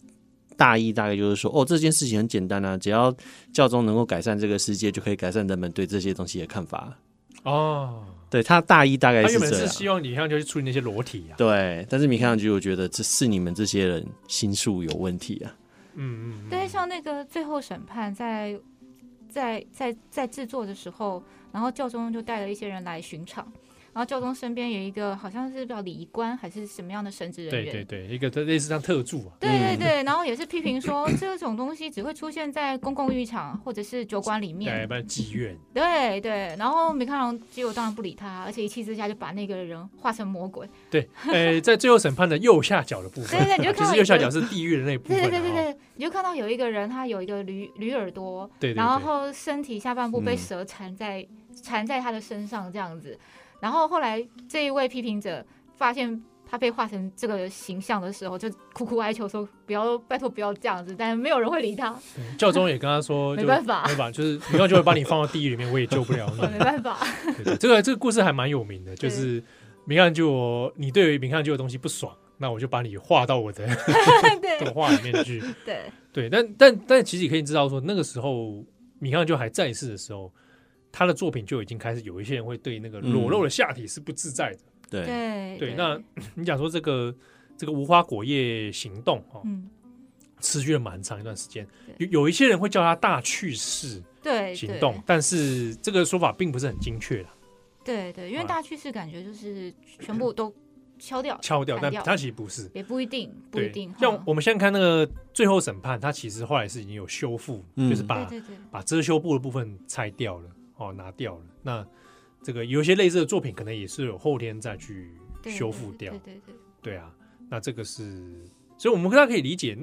Speaker 2: 大意大概就是说，哦，这件事情很简单啊，只要教宗能够改善这个世界，就可以改善人们对这些东西的看法。
Speaker 1: 哦，
Speaker 2: 对他大意大概
Speaker 1: 他
Speaker 2: 是
Speaker 1: 原本
Speaker 2: 这
Speaker 1: 是
Speaker 2: 样。
Speaker 1: 希望你像就去处理那些裸体啊。
Speaker 2: 对，但是米开朗基罗觉得这是你们这些人心术有问题啊。
Speaker 1: 嗯嗯嗯，
Speaker 3: 但是像那个最后审判在。在在在制作的时候，然后教宗就带了一些人来巡场，然后教宗身边有一个好像是叫礼仪官还是什么样的神职人员，
Speaker 1: 对对嗯对，一个类似像特助啊。
Speaker 3: 对对对，然后也是批评说这种东西只会出现在公共浴场或者是酒馆里面，
Speaker 1: 对，不然 妓院，
Speaker 3: 对对，然后米开朗基罗当然不理他，而且一气之下就把那个人化成魔鬼。
Speaker 1: 对，呃，在最后审判的右下角的部分，
Speaker 3: 对对你就看
Speaker 1: 其
Speaker 3: 到
Speaker 1: 实
Speaker 3: 有
Speaker 1: 右下啊角是地狱的那一部分
Speaker 3: 对
Speaker 1: 啊，
Speaker 3: 对对对
Speaker 1: 哦
Speaker 3: 对，你就看到有一个人，他有一个驴驴耳朵，
Speaker 1: 对对对，
Speaker 3: 然后身体下半部被
Speaker 2: 嗯
Speaker 3: 蛇缠在、缠在他的身上这样子。然后后来这一位批评者发现他被画成这个形象的时候，就苦苦哀求说：“不要，拜托不要这样子。”但是没有人会理他，
Speaker 1: 对教宗也跟他说， 哦
Speaker 3: 没
Speaker 1: 就
Speaker 3: 办法
Speaker 1: 没办法，就是以后就会把你放到地狱里面，我也救不了
Speaker 3: 没
Speaker 1: 你。
Speaker 3: 办 法。
Speaker 1: 对对这个这个故事还蛮有名的，就是米开朗基罗，你对于米开朗基罗的东西不爽，那我就把你画到我的
Speaker 3: 对
Speaker 1: 动画里面去。
Speaker 3: 对
Speaker 1: 对，但但但其实也可以知道说，那个时候米开朗基罗还在世的时候，他的作品就已经开始有一些人会对那个裸露的下体是不自在的。
Speaker 2: 对，
Speaker 3: 对
Speaker 1: 对那你讲说这个这个无花果叶行动哦，
Speaker 3: 嗯
Speaker 1: 持续了蛮长一段时间。有
Speaker 3: 对
Speaker 1: 有一些人会叫它大去世
Speaker 3: 对
Speaker 1: 行
Speaker 3: 对
Speaker 1: 动，但是这个说法并不是很精确啦，
Speaker 3: 对对，因为
Speaker 1: 啊
Speaker 3: 大趋势感觉就是全部都敲掉，
Speaker 1: 敲掉，但
Speaker 3: 砍掉
Speaker 1: 它其实不是。
Speaker 3: 也不一定，不一
Speaker 1: 对
Speaker 3: 定，。
Speaker 1: 像
Speaker 3: 哈
Speaker 1: 我们现在看那个最后审判，它其实后来是已经有修复，
Speaker 2: 嗯
Speaker 1: 就是把
Speaker 3: 对对对
Speaker 1: 把遮羞布的部分拆掉了，哦，拿掉了。那这个有一些类似的作品，可能也是有后天再去
Speaker 3: 对
Speaker 1: 修复掉。
Speaker 3: 对对对
Speaker 1: 对啊，那这个是，所以我们大家可以理解，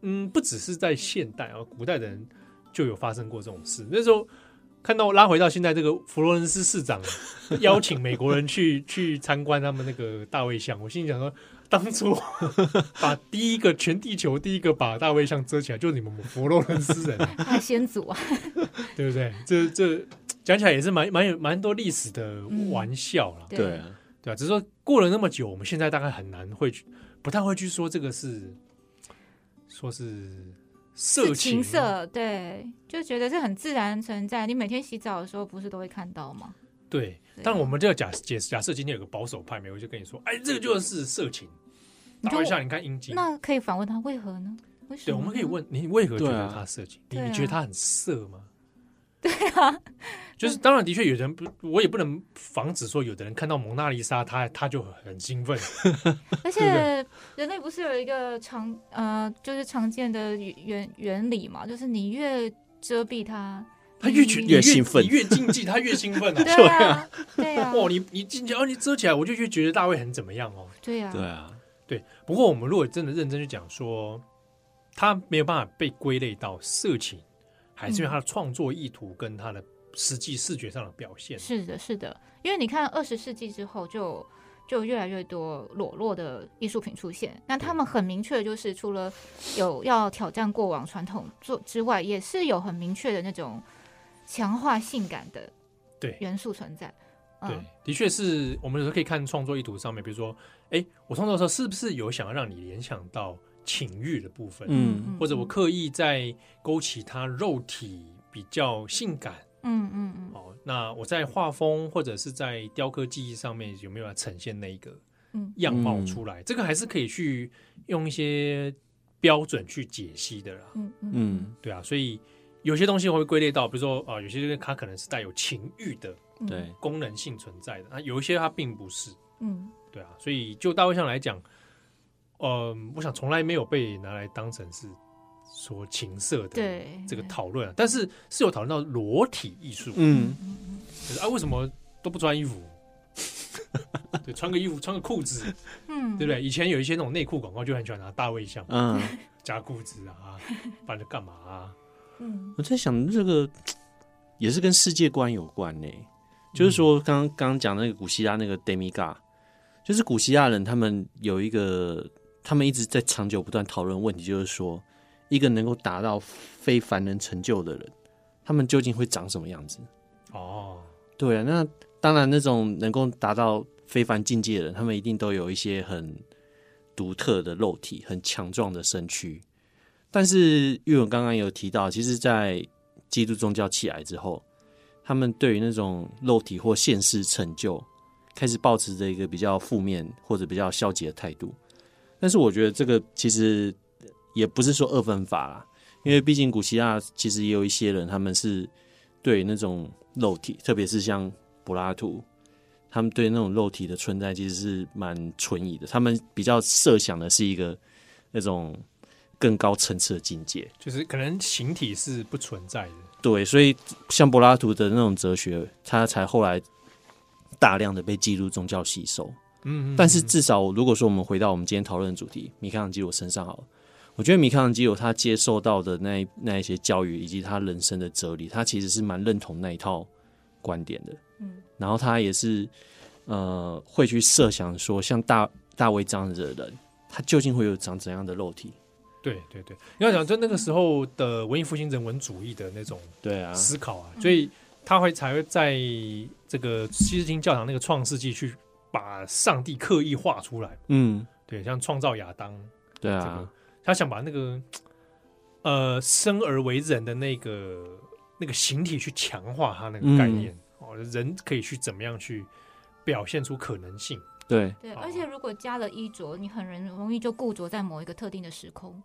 Speaker 1: 嗯，不只是在现代啊，古代的人就有发生过这种事。那时候看到拉回到现在，这个佛罗伦斯市长邀请美国人去去参观他们那个大卫像，我心里想说。当 初把第一个全地球第一个把大卫像遮起来，就是你们佛罗伦斯人啊，
Speaker 3: 对，他的先祖 啊，
Speaker 1: 对不对？这这讲起来也是蛮蛮有蛮多历史的玩笑啦，
Speaker 2: 对啊，
Speaker 1: 对啊，只是说过了那么久，我们现在大概很难会去，不太会去说这个是说是色情啊
Speaker 3: 是情，色，对，就觉得是很自然存在。你每天洗澡的时候不是都会看到吗？
Speaker 1: 对。
Speaker 3: 对
Speaker 1: 但我们这个假假假设今天有个保守派，美国就跟你说，哎，这个就是色情。
Speaker 3: 你
Speaker 1: 大
Speaker 3: 就
Speaker 1: 卫像，你看阴茎，
Speaker 3: 那可以反问他为何呢？为什
Speaker 1: 对，
Speaker 3: 么？
Speaker 1: 我们可以， 问你为何觉
Speaker 2: 对
Speaker 1: 得
Speaker 2: 啊
Speaker 1: 他色情？
Speaker 3: 对
Speaker 1: 你
Speaker 3: 啊
Speaker 1: 你觉得他很色吗？对啊， 就是当然的确有人不，我也不能防止说有的人看到蒙娜丽莎，他他就很兴奋，
Speaker 3: 而且人类不是有一个常呃，就是常见的原原理嘛，就是你越遮蔽它，
Speaker 1: 他越觉
Speaker 3: 嗯
Speaker 1: 你
Speaker 2: 越兴奋
Speaker 1: 你越禁忌他越兴奋啊！
Speaker 3: 对啊， 对啊，
Speaker 1: 哦，你你禁忌哦，你遮起来，我就越觉得大卫很怎么样哦。
Speaker 3: 对啊，
Speaker 2: 对啊，
Speaker 1: 对，不过我们如果真的认真去讲说，他没有办法被归类到色情，还是因为他的创作意图跟他的实际视觉上的表现。
Speaker 3: 是的，是的，因为你看二十世纪之后就。就越来越多裸露的艺术品出现，那他们很明确，就是除了有要挑战过往传统做之外，也是有很明确的那种强化性感的
Speaker 1: 对
Speaker 3: 元素存在。
Speaker 1: 对
Speaker 3: 嗯，，
Speaker 1: 的确是我们有时候可以看创作意图上面，比如说，哎，我创作的时候是不是有想要让你联想到情欲的部分，
Speaker 2: 嗯
Speaker 1: 或者我刻意在勾起他肉体比较性感。
Speaker 3: 嗯嗯嗯
Speaker 1: 哦，那我在画风或者是在雕刻技艺上面有没有要呈现那一个
Speaker 3: 嗯
Speaker 1: 样貌出来？这个还是可以去用一些标准去解析的啦。
Speaker 3: 嗯嗯
Speaker 2: 嗯，
Speaker 1: 对啊，所以有些东西我会归类到，比如说啊、呃有些它可能是带有情欲的
Speaker 3: 嗯，
Speaker 2: 对，
Speaker 1: 功能性存在的，那有一些它并不是。
Speaker 3: 嗯
Speaker 1: 对啊，所以就大卫像来讲，嗯、我想从来没有被拿来当成是说情色的
Speaker 3: 对
Speaker 1: 这个讨论、啊，但是是有讨论到裸体艺术。
Speaker 2: 嗯，
Speaker 1: 就是啊，为什么都不穿衣服？ 对，穿个衣服，穿个裤子，
Speaker 3: 嗯
Speaker 1: 对不对？以前有一些那种内裤广告，就很喜欢拿大卫像
Speaker 2: 嗯，
Speaker 1: 加裤子啊， 不然就干嘛啊？
Speaker 3: 嗯
Speaker 2: 我在想这个也是跟世界观有关呢、就是说刚刚刚讲那个古希腊那个 demiga，就是古希腊人他们有一个，他们一直在长久不断讨论问题，就是说一个能够达到非凡人成就的人，他们究竟会长什么样子？
Speaker 1: 哦，
Speaker 2: 对啊，那当然，那种能够达到非凡境界的人，他们一定都有一些很独特的肉体、很强壮的身躯。但是玉文刚刚有提到，其实，在基督宗教起来之后，他们对于那种肉体或现世成就，开始保持着一个比较负面或者比较消极的态度。但是，我觉得这个其实也不是说二分法啦，因为毕竟古希腊其实也有一些人，他们是对那种肉体，特别是像柏拉图，他们对那种肉体的存在其实是蛮存疑的。他们比较设想的是一个那种更高层次的境界。
Speaker 1: 就是可能形体是不存在的，
Speaker 2: 对，所以像柏拉图的那种哲学，他才后来大量的被基督宗教吸收。
Speaker 1: 嗯，嗯
Speaker 2: 但是至少，如果说我们回到我们今天讨论的主题，米开朗基罗身上好了，我觉得米开朗基罗他接受到的那一那一些教育以及他人生的哲理，他其实是蛮认同那一套观点的。
Speaker 3: 嗯，
Speaker 2: 然后他也是呃会去设想说，像大大卫这样子的人，他究竟会有长怎样的肉体？
Speaker 1: 对对对，你要讲就那个时候的文艺复兴人文主义的那种
Speaker 2: 对啊
Speaker 1: 思考啊，所以他会才会在这个西斯汀教堂那个创世纪去把上帝刻意画出来，
Speaker 2: 嗯，
Speaker 1: 对，像创造亚当，
Speaker 2: 对
Speaker 1: 这个
Speaker 2: 啊，
Speaker 1: 他想把那个呃生而为人的那个那个形体去强化他那个概念、哦，人可以去怎么样去表现出可能性，
Speaker 2: 对，
Speaker 3: 对，
Speaker 1: 好
Speaker 3: 而且如果加了衣着，你很容容易就固着在某一个特定的时空。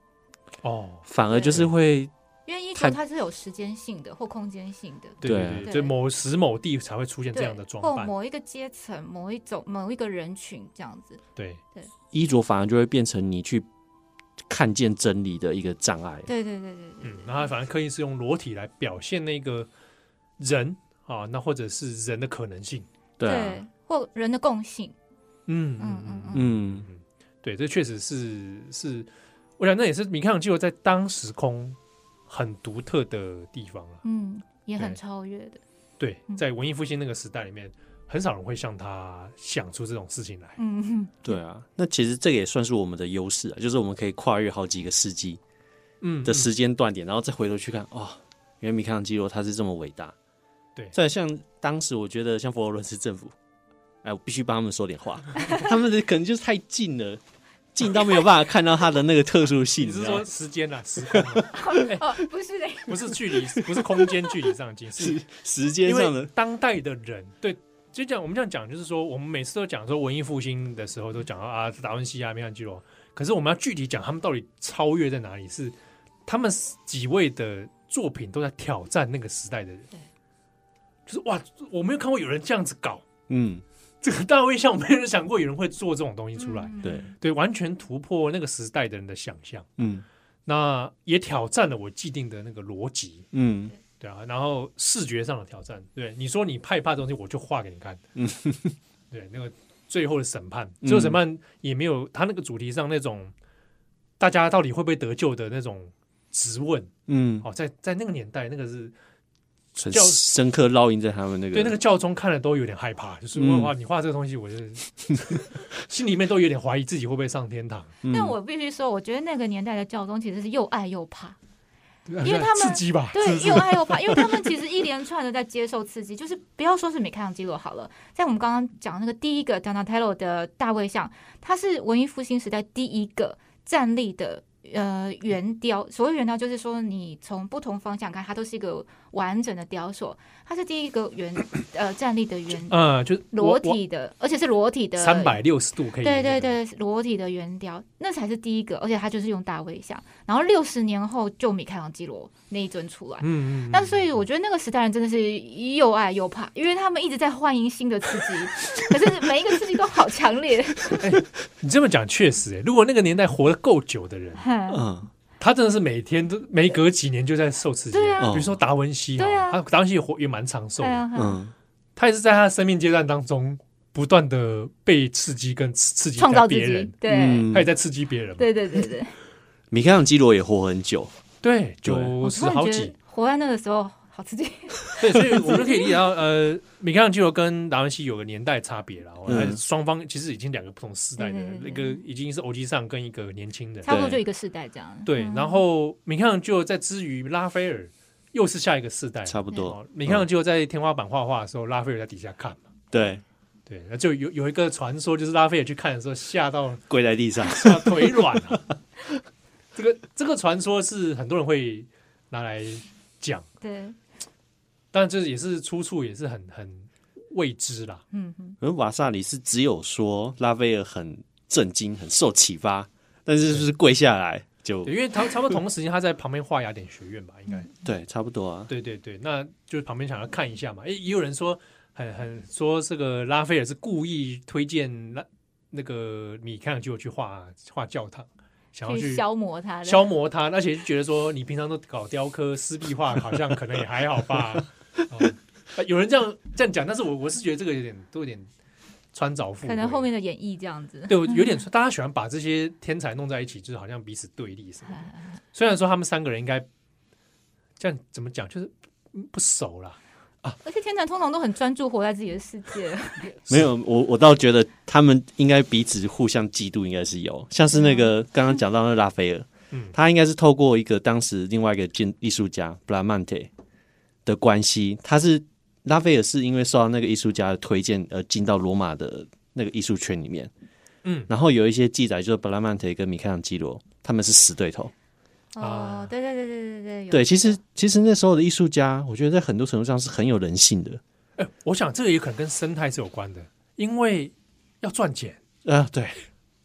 Speaker 1: 哦，
Speaker 2: 反而就是会
Speaker 3: 因为衣
Speaker 2: 太
Speaker 3: 着它是有时间性的或空间性的，
Speaker 1: 对啊
Speaker 2: 对
Speaker 1: 对对，
Speaker 3: 对
Speaker 1: 就某时某地才会出现这样的装
Speaker 3: 或
Speaker 1: 扮，
Speaker 3: 某一个阶层、某一种、某一个人群这样子。
Speaker 1: 对，
Speaker 2: 衣着反而就会变成你去看见真理的一个障碍。
Speaker 3: 对对对对对
Speaker 1: 嗯，然后反正刻意是用裸体来表现那个人啊，那或者是人的可能性，
Speaker 2: 对啊，
Speaker 3: 或人的共性，
Speaker 1: 嗯
Speaker 3: 嗯嗯嗯
Speaker 2: 嗯，
Speaker 1: 对，这确实是是，我想那也是米开朗基罗在当时空很独特的地方啊。
Speaker 3: 嗯，也很
Speaker 1: 对
Speaker 3: 超越的，
Speaker 1: 对，
Speaker 3: 嗯
Speaker 1: 在文艺复兴那个时代里面，很少人会像他想出这种事情来。
Speaker 3: 嗯哼，
Speaker 2: 对啊。那其实这个也算是我们的优势啊，就是我们可以跨越好几个世纪
Speaker 1: 嗯
Speaker 2: 的时间段点，然后再回头去看，哦，原来米开朗基罗他是这么伟大。
Speaker 1: 对
Speaker 2: 再来像当时我觉得像佛罗伦斯政府， 哎，我必须帮他们说点话， 他们的可能就是太近了，近到没有办法看到他的那个特殊 性。
Speaker 1: 你是
Speaker 2: 知道吗
Speaker 1: 说时间啊，时空啊
Speaker 3: 哦，不是的，
Speaker 1: 不是距离，不是空间距离上 的近，是
Speaker 2: 是时间
Speaker 1: 因
Speaker 2: 上
Speaker 1: 为
Speaker 2: 的？
Speaker 1: 当代的人对。就讲我们这样讲，就是说，我们每次都讲说文艺复兴的时候，都讲到啊达文西啊、米开朗基罗，可是我们要具体讲他们到底超越在哪里？是他们几位的作品都在挑战那个时代的人
Speaker 3: 对，
Speaker 1: 就是哇，我没有看过有人这样子搞，
Speaker 2: 嗯，
Speaker 1: 这个大卫像我没有人想过有人会做这种东西出来，
Speaker 3: 嗯
Speaker 2: 对，
Speaker 1: 对，完全突破那个时代的人的想象，
Speaker 2: 嗯
Speaker 1: 那也挑战了我既定的那个逻辑，
Speaker 2: 嗯，
Speaker 1: 对啊，然后视觉上的挑战，对，你说你害怕的东西，我就画给你看，对，那个最后的审判，
Speaker 2: 嗯
Speaker 1: 最后审判也没有他那个主题上那种大家到底会不会得救的那种质问，
Speaker 2: 嗯，
Speaker 1: 哦，在在那个年代，那个是
Speaker 2: 很
Speaker 1: 叫
Speaker 2: 深刻烙印在他们那个
Speaker 1: 对那个教宗看了都有点害怕，就是
Speaker 2: 嗯
Speaker 1: 哇，你画这个东西，我就是心里面都有点怀疑自己会不会上天堂，
Speaker 2: 嗯
Speaker 3: 但我必须说，我觉得那个年代的教宗其实是又爱又怕，
Speaker 1: 因
Speaker 3: 因为他们
Speaker 1: 刺激吧，
Speaker 3: 对，又爱又怕，因为他们其实一连串的在接受刺激， 就是不要说是米开朗基罗好了，在我们刚刚讲那个第一个 Donatello 的大卫像，它是文艺复兴时代第一个站立的。呃，圆雕，所谓圆雕就是说，你从不同方向看，它都是一个完整的雕塑。它是第一个圆呃站立的圆
Speaker 1: 嗯，就是
Speaker 3: 裸体的，而且是裸体的呃
Speaker 1: 三百六十度可以，
Speaker 3: 对对，对，裸体的圆雕，那才是第一个，而且他就是用大卫像，然后六十年后就米开朗基罗那一尊出来。
Speaker 1: 嗯嗯，
Speaker 3: 但所以我觉得那个时代人真的是又爱又怕，因为他们一直在欢迎新的刺激，可是每一个刺激都好强烈。
Speaker 1: 你这么讲确实、欸，如果那个年代活得够久的人，
Speaker 3: 哼
Speaker 2: 嗯
Speaker 1: 他真的是每天都每隔几年就在受刺激。
Speaker 3: 对啊
Speaker 1: 比如说达文西，
Speaker 3: 对啊
Speaker 1: 他达文西也活也蛮长寿
Speaker 3: 对
Speaker 1: 的，
Speaker 3: 啊，哼
Speaker 2: 嗯
Speaker 1: 他也是在他的生命阶段当中不断的被刺激跟刺刺激
Speaker 3: 创造自
Speaker 1: 别
Speaker 3: 己
Speaker 1: 人，，嗯
Speaker 3: 对，
Speaker 1: 他也在刺激别人嘛。
Speaker 3: 对对对对。
Speaker 2: 嗯米开朗基罗也活很久，
Speaker 1: 对，
Speaker 2: 对
Speaker 1: 九
Speaker 3: 我
Speaker 1: 十
Speaker 3: 突然
Speaker 1: 好
Speaker 3: 觉
Speaker 1: 几
Speaker 3: 得，活在那个时候好刺激。
Speaker 1: 对，所以我们就可以理解到，呃，米开朗基罗跟达文西有个年代差别了，
Speaker 2: 嗯
Speaker 1: 而且双方其实已经两个不同时代的人，
Speaker 3: 对
Speaker 1: 一
Speaker 3: 对
Speaker 1: 个
Speaker 3: 对
Speaker 1: 已经是欧吉上跟一个年轻人。
Speaker 3: 差不多
Speaker 2: 对
Speaker 3: 就一个世代这样。
Speaker 1: 对，
Speaker 3: 嗯
Speaker 1: 然后米开朗基罗在之余，拉斐尔又是下一个世代。
Speaker 2: 差不多。
Speaker 1: 哦，米开朗基罗在天花板画画的时候，拉斐尔在底下看嘛。
Speaker 2: 对，
Speaker 1: 对，那就有有一个传说，就是拉斐尔去看的时候吓到
Speaker 2: 跪在地上。
Speaker 1: 吓到腿软了、 这个这个传说是很多人会拿来讲，
Speaker 3: 对，
Speaker 1: 但这也是出处也是很很未知啦。
Speaker 3: 嗯哼，
Speaker 2: 而瓦萨里是只有说拉斐尔很震惊，很受启发，但是就是跪下来就
Speaker 1: 对，因为他差不多同时间他在旁边画雅典学院吧，应该。
Speaker 2: 对，差不多啊。
Speaker 1: 对对对，那就是旁边想要看一下嘛。诶，也有人说很很说这个拉斐尔是故意推荐拉那个米开朗基罗去画画教堂，想要
Speaker 3: 去
Speaker 1: 去
Speaker 3: 消磨他的。
Speaker 1: 消磨他，而且就觉得说你平常都搞雕刻、湿壁画，好像可能也还好 吧。哦呃有人这样这样讲，但是我我是觉得这个有点都有点穿凿附会，
Speaker 3: 可能后面的演绎这样子。
Speaker 1: 对我有点大家喜欢把这些天才弄在一起，就是好像彼此对立什么的。虽然说他们三个人应该这样怎么讲，就是不熟啦。
Speaker 3: 而且天才通常都很专注活在自己的世 界。
Speaker 2: 没有，我我倒觉得他们应该彼此互相嫉妒，应该是有。像是那个刚刚讲到那拉斐尔，
Speaker 1: 嗯
Speaker 2: 他应该是透过一个当时另外一个建艺术家布拉曼特的关系，他是拉斐尔是因为受到那个艺术家的推荐而进到罗马的那个艺术圈里面。
Speaker 1: 嗯
Speaker 2: 然后有一些记载，就是布拉曼特跟米开朗基罗他们是死对头。
Speaker 1: 啊
Speaker 3: 哦，对对对对对对，有
Speaker 2: 对，其实其实那时候的艺术家，我觉得在很多程度上是很有人性的。
Speaker 1: 哎，我想这个也可能跟生态是有关的，因为要赚钱，
Speaker 2: 啊，对，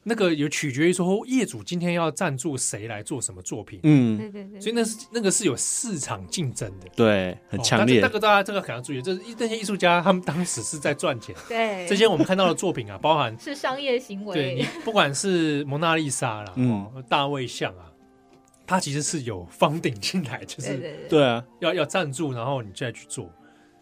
Speaker 1: 那个有取决于说业主今天要赞助谁来做什么作品，
Speaker 2: 嗯，
Speaker 3: 对对对，
Speaker 1: 所以那是那个是有市场竞争的，
Speaker 2: 对，很
Speaker 1: 哦
Speaker 2: 强
Speaker 1: 但是
Speaker 2: 烈
Speaker 1: 那，个大家这个可能要注意，这是那些艺术家他们当时是在赚钱，
Speaker 3: 对
Speaker 1: 这些我们看到的作品啊，包含
Speaker 3: 是商业行
Speaker 1: 对
Speaker 3: 为
Speaker 1: 你，不管是蒙娜丽莎啦，
Speaker 2: 嗯
Speaker 1: 哦，大卫像啊，它其实是有方顶进来，就
Speaker 3: 对
Speaker 1: 是
Speaker 3: 对对，
Speaker 2: 对啊，
Speaker 1: 要要赞助，然后你再去做，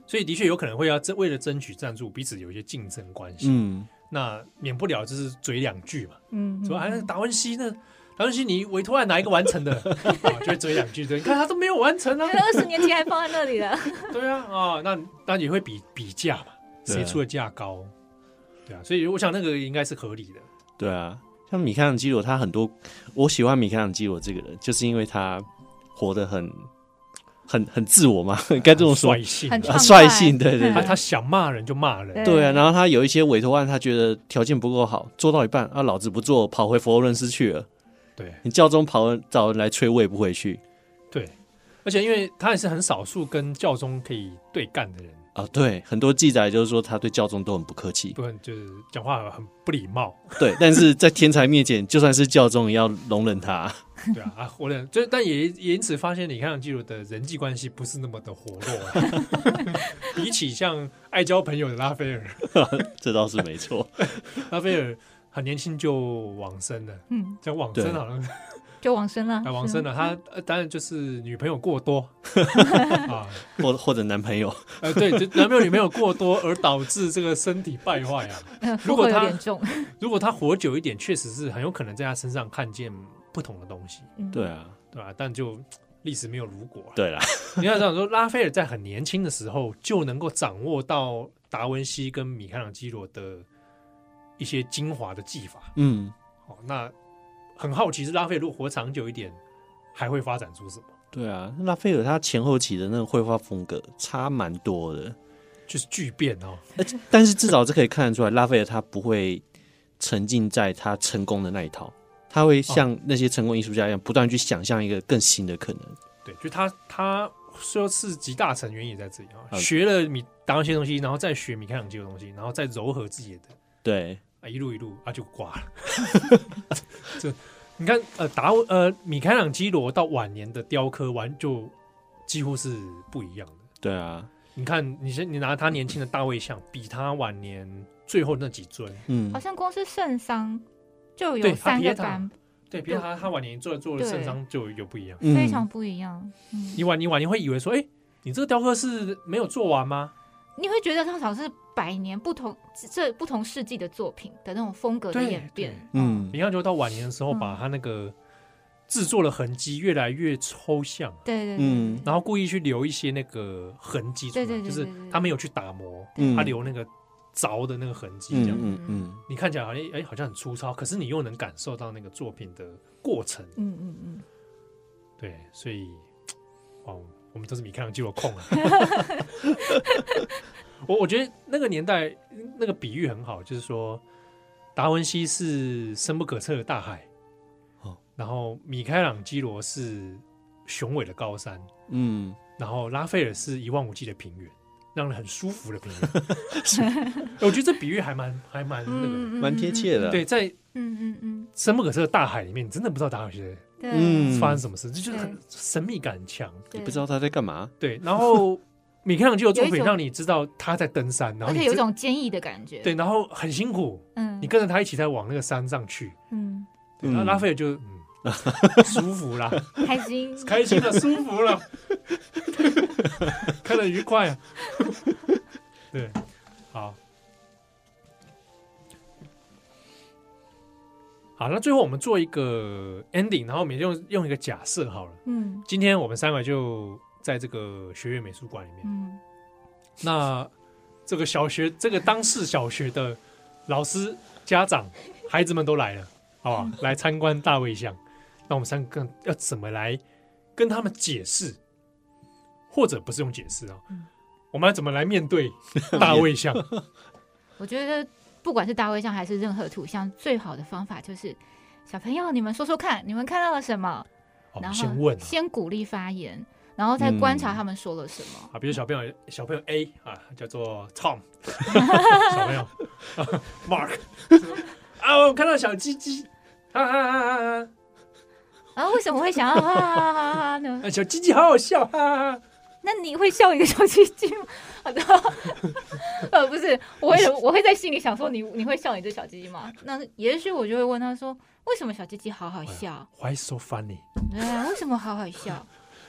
Speaker 1: 所以的确有可能会要争为了争取赞助，彼此有一些竞争关系，
Speaker 2: 嗯，
Speaker 1: 那免不了就是嘴两句嘛，
Speaker 3: 嗯，
Speaker 1: 说哎，
Speaker 3: 嗯
Speaker 1: 那达文西呢？达文西，你委托案哪一个完成 的？啊，就会嘴两句，对，你看他都没有完成啊，
Speaker 3: 二十年前还放在那里了，
Speaker 1: 对啊，啊，那那也会比比价嘛，
Speaker 2: 对啊
Speaker 1: 谁出的价高？对啊，所以我想那个应该是合理的。
Speaker 2: 对啊，像米开朗基罗，他很多，我喜欢米开朗基罗这个人，就是因为他活得很、很、很自我嘛， 该这么说
Speaker 1: 率，性
Speaker 3: 很
Speaker 1: 啊，
Speaker 2: 啊
Speaker 3: 畅
Speaker 2: 率
Speaker 3: 快
Speaker 2: 性，对对
Speaker 1: 他
Speaker 2: 对
Speaker 3: 嗯
Speaker 1: 他想骂人就骂人，
Speaker 2: 对啊。然后他有一些委托案，他觉得条件不够好，做到一半啊，老子不做，跑回佛罗伦斯去了。
Speaker 1: 对
Speaker 2: 你教宗跑找人来催，我也不回去
Speaker 1: 对，而且因为他也是很少数跟教宗可以对干的人，
Speaker 2: 啊。对，很多记载就是说他对教宗都很不客气，
Speaker 1: 不然就是讲话很不礼 貌，
Speaker 2: 对。但是在天才面前，就算是教宗也要容忍他。
Speaker 1: 对啊，啊，活人，就但也也因此发现李开朗基罗的人际关系不是那么的活络、啊， 比起像爱交朋友的拉斐尔，
Speaker 2: 这倒是没错。
Speaker 1: 拉斐尔很年轻就往生了，
Speaker 3: 嗯，
Speaker 1: 讲往生
Speaker 2: 对
Speaker 1: 好像
Speaker 3: 就往生了，
Speaker 1: 啊，往生了，他呃当然就是女朋友过多 啊，
Speaker 2: 或或者男朋友，
Speaker 1: 呃，对，就男朋友女朋友过多而导致这个身体败坏啊。
Speaker 3: 嗯，
Speaker 1: 如
Speaker 3: 负
Speaker 1: 果
Speaker 3: 荷有
Speaker 1: 他
Speaker 3: 点 重，
Speaker 1: 如果他活久一点，确实是很有可能在他身上看见不同的东西，
Speaker 3: 嗯
Speaker 2: 对，啊，
Speaker 1: 对吧？但就历史没有如果、啊。
Speaker 2: 对啦，
Speaker 1: 你要想说，拉斐尔在很年轻的时候就能够掌握到达文西跟米开朗基罗的一些精华的技法。
Speaker 2: 嗯，
Speaker 1: 哦，那很好奇是拉斐尔如果活长久一点，还会发展出什么？
Speaker 2: 对啊，拉斐尔他前后期的那个绘画风格差蛮多的，
Speaker 1: 就是巨变哦。
Speaker 2: 而且但是至少这可以看得出来，拉斐尔他不会沉浸在他成功的那一套，他会像那些成功艺术家一样，不断去想象一个更新的可能。
Speaker 1: 对，就他他说是集大成，原因也在这里啊、
Speaker 2: 嗯
Speaker 1: 学了米达文西的东西，然后再学米开朗基罗的东西，然后再糅合自己的。
Speaker 2: 对，
Speaker 1: 啊，一路一路啊就挂了。 这你看，呃，达文呃米开朗基罗到晚年的雕刻完就几乎是不一样的。
Speaker 2: 对啊，
Speaker 1: 你看，你先你拿他年轻的大卫像，比他晚年最后那几尊，
Speaker 2: 嗯
Speaker 3: 好，像光是圣桑就
Speaker 1: 对
Speaker 3: 有
Speaker 1: 他
Speaker 3: 三
Speaker 1: 皮耶
Speaker 3: 个
Speaker 1: 塔
Speaker 3: 版，
Speaker 1: 对，比如他他晚年做做的圣章就有不一样。
Speaker 2: 嗯
Speaker 3: 非常不一样，嗯，
Speaker 1: 你晚你晚年会以为说，哎、你这个雕刻是没有做完吗？
Speaker 3: 你会觉得它好像是百年不同这不同世纪的作品的那种风格的
Speaker 1: 对
Speaker 3: 演变，哦
Speaker 1: 对
Speaker 2: 嗯
Speaker 1: 米开朗基罗到晚年的时候，
Speaker 3: 嗯
Speaker 1: 把他那个制作的痕迹越来越抽象。
Speaker 3: 对对
Speaker 2: 嗯
Speaker 3: 对
Speaker 1: 然后故意去留一些那个痕迹出来，
Speaker 3: 对对对
Speaker 1: 就是
Speaker 3: 对对对
Speaker 1: 他没有去打磨，
Speaker 2: 嗯
Speaker 1: 他留那个凿的那个痕迹，
Speaker 2: 嗯
Speaker 1: 这样、
Speaker 2: 嗯嗯，
Speaker 1: 你看起来好像哎好像很粗糙，可是你又能感受到那个作品的过程，
Speaker 3: 嗯嗯嗯，
Speaker 1: 对，所以哦，我们都是米开朗基罗控啊。 我我觉得那个年代那个比喻很好，就是说达文西是深不可测的大海，
Speaker 2: 哦
Speaker 1: 然后米开朗基罗是雄伟的高山，
Speaker 2: 嗯，
Speaker 1: 然后拉斐尔是一望无际的平原，让人很舒服的平原。 我觉得这比喻还蛮还蛮那个的。
Speaker 3: 嗯
Speaker 2: 蛮贴切，的。
Speaker 1: 对，在
Speaker 3: 嗯嗯嗯
Speaker 1: 深不可测的大海里面，你真的不知道达尔学
Speaker 3: 嗯，对，
Speaker 2: 嗯
Speaker 1: 发生什么事，这就是
Speaker 3: 对
Speaker 1: 很神秘感很强。
Speaker 2: 也
Speaker 3: 对
Speaker 2: 不知道他在干嘛。
Speaker 1: 对，然后米开朗基罗作
Speaker 3: 有一
Speaker 1: 品
Speaker 3: 种
Speaker 1: 让你知道他在登山，然后
Speaker 3: 而
Speaker 1: 你
Speaker 3: 且有一
Speaker 1: 知
Speaker 3: 种坚毅的感觉。
Speaker 1: 对，，然后很辛苦，
Speaker 3: 嗯，
Speaker 1: 你跟着他一起在往那个山上去。
Speaker 3: 嗯，
Speaker 1: 对然后
Speaker 2: 嗯
Speaker 1: 拉斐尔就 嗯舒服啦，
Speaker 3: 开心，
Speaker 1: 开心了，舒服了，看得愉快啊。对，好，好，那最后我们做一个 ending，然后我们用用一个假设好了。
Speaker 3: 嗯
Speaker 1: 今天我们三个就在这个学院美术馆里面，
Speaker 3: 嗯，
Speaker 1: 那这个小学这个当事小学的老师、家长、孩子们都来了，好
Speaker 3: 嗯
Speaker 1: 吧，来参观大卫像。那我们三个要怎么来跟他们解释，或者不是用解释啊
Speaker 3: 嗯，
Speaker 1: 我们要怎么来面 对大卫像？
Speaker 3: 我觉得不管是大卫像还是任何图像，最好的方法就是小朋友，你们说说看，你们看到了什么？
Speaker 1: 我
Speaker 3: 然
Speaker 1: 们
Speaker 3: 后
Speaker 1: 先问啊
Speaker 3: 先鼓励发言，然后再观察
Speaker 2: 嗯
Speaker 3: 他们说了什么。
Speaker 1: 啊，比如小朋友小朋友 A 啊，叫做 Tom，小朋友 Mark 啊啊，我看到小鸡鸡，哈哈哈哈哈
Speaker 3: 啊，为什么会想要哈哈哈哈呢！？
Speaker 1: 啊小鸡鸡好好笑，哈哈哈。
Speaker 3: 那你会笑一个小鸡鸡吗？好的，呃，不是，我会我会在心里想说你你会笑你这小鸡鸡吗？那也许我就会问他说，为什么小鸡鸡好好笑？
Speaker 1: Why so funny？
Speaker 3: 对啊，为什么好好笑？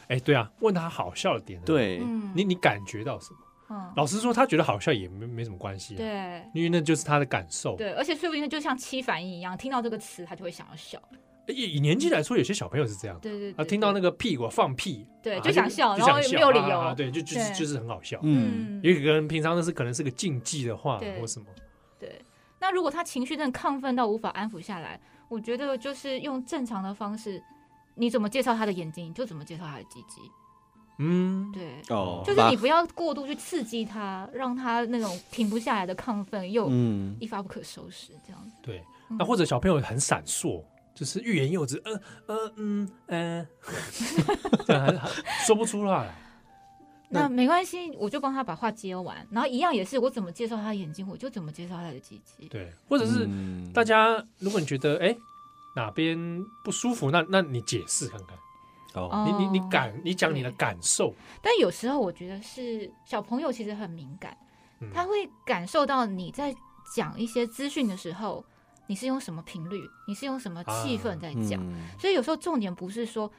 Speaker 1: 哎、对啊，问他好笑的点，，
Speaker 2: 对，
Speaker 3: 嗯，
Speaker 1: 你你感觉到什么？
Speaker 3: 嗯，
Speaker 1: 老实说，他觉得好笑也没没什么关系、啊，，
Speaker 3: 对
Speaker 1: 因为那就是他的感受。
Speaker 3: 对，而且说不定就像七反应一样，听到这个词他就会想要笑。
Speaker 1: 以以年纪来说，有些小朋友是这样，
Speaker 3: 对对
Speaker 1: 啊，
Speaker 3: 对，
Speaker 1: 听到那个屁股放屁，
Speaker 3: 对
Speaker 1: 啊
Speaker 3: 就想笑
Speaker 1: 就
Speaker 3: 然后
Speaker 1: 想
Speaker 3: 没有理
Speaker 1: 啊啊啊
Speaker 3: 由
Speaker 1: 对，就就是
Speaker 3: 对
Speaker 1: 就是很好笑。
Speaker 2: 嗯，
Speaker 3: 嗯，
Speaker 1: 也可能平常那是可能是个禁忌的话
Speaker 3: 对
Speaker 1: 或什么，
Speaker 3: 对。那如果他情绪真的亢奋到无法安抚下来，我觉得就是用正常的方式，你怎么介绍他的眼睛，你就怎么介绍他的鸡鸡。
Speaker 1: 嗯，
Speaker 3: 对，
Speaker 2: 哦，
Speaker 3: 就是
Speaker 2: 把
Speaker 3: 你不要过度去刺激他，让他那种停不下来的亢奋又
Speaker 2: 嗯，
Speaker 3: 一发不可收拾，这样子。
Speaker 1: 对。
Speaker 3: 嗯
Speaker 1: 那或者小朋友很闪烁，就是欲言又止，嗯嗯嗯 嗯，这样还还说不出来。
Speaker 3: 那没关系，我就帮他把话接完，然后一样也是我怎么介绍他的眼睛，我就怎么介绍他的鸡鸡。
Speaker 1: 对，或者是
Speaker 2: 嗯
Speaker 1: 大家，如果你觉得哎、哪边不舒服，那那你解释看看，
Speaker 2: 哦，
Speaker 3: 哦
Speaker 1: 你你你感你讲你的
Speaker 3: 对
Speaker 1: 感受，
Speaker 3: 但有时候我觉得是小朋友其实很敏感，
Speaker 1: 嗯
Speaker 3: 他会感受到你在讲一些资讯的时候，你是用什么频率，你是用什么气
Speaker 1: 啊
Speaker 3: 氛在讲。
Speaker 2: 嗯
Speaker 3: 所以有时候重点不是说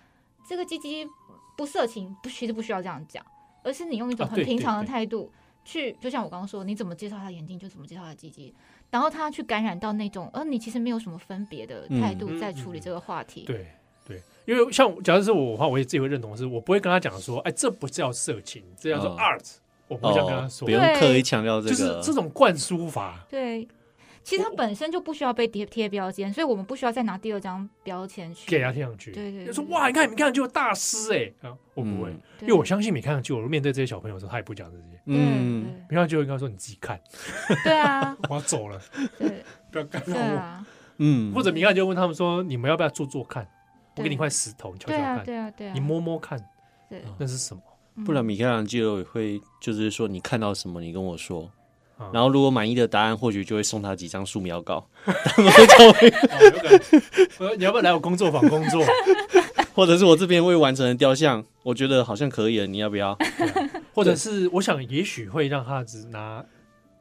Speaker 3: 这个鸡鸡不色情，不其实不需要这样讲，而是你用一种
Speaker 1: 啊
Speaker 3: 很
Speaker 1: 对
Speaker 3: 平常的
Speaker 1: 对对
Speaker 3: 态度去，就像我刚刚说，你怎么介绍他的眼睛，就怎么介绍他的鸡鸡，然后他去感染到那种，呃，你其实没有什么分别的态度
Speaker 1: 嗯
Speaker 3: 在
Speaker 1: 嗯
Speaker 3: 处理
Speaker 1: 嗯
Speaker 3: 这个话题。
Speaker 1: 对对，因为像假如是我的话，我也自己会认同的是，我不会跟他讲说，哎，这不叫色情，这叫做
Speaker 2: 嗯
Speaker 1: art，、我不会这样跟他
Speaker 2: 哦，
Speaker 1: 说，
Speaker 2: 不用
Speaker 3: 对
Speaker 2: 刻意强调这
Speaker 1: 就是
Speaker 2: 个，
Speaker 1: 这种灌输法。
Speaker 3: 对，其实它
Speaker 1: 我
Speaker 3: 本身就不需要被贴贴标签，所以我们不需要再拿第二张标签去
Speaker 1: 给他听上去，
Speaker 3: 对对对
Speaker 1: 就说哇，你看米开朗基罗大师哎、啊，我不会，
Speaker 2: 嗯
Speaker 1: 因
Speaker 3: 对
Speaker 1: 为我相信米开朗基罗面对这些小朋友的时候，他也不讲这些。
Speaker 2: 嗯，
Speaker 3: 对
Speaker 1: 米开朗基罗应该说你自己看，
Speaker 3: 对对啊，
Speaker 1: 我要走了，
Speaker 3: 对
Speaker 1: 不要干扰
Speaker 3: 对
Speaker 1: 我。
Speaker 3: 啊，
Speaker 2: 嗯，
Speaker 1: 或者米开朗基罗问他们说，你们要不要做做看？我给你
Speaker 3: 对
Speaker 1: 块石头，你敲敲
Speaker 3: 对啊
Speaker 1: 看，
Speaker 3: 对啊对啊，
Speaker 1: 你摸啊摸看，
Speaker 3: 对，
Speaker 1: 那是什么？
Speaker 2: 不然
Speaker 3: 嗯
Speaker 2: 米开朗基罗也会就是说你看到什么你跟我说
Speaker 1: 嗯，
Speaker 2: 然后如果满意的答案，或许就会送他几张素描稿，
Speaker 1: 哦有可能 我说你要不要来我工作坊工作？
Speaker 2: 或者是我这边未完成的雕像，我觉得好像可以了，你要不要？
Speaker 1: 或者是我想，也许会让他只拿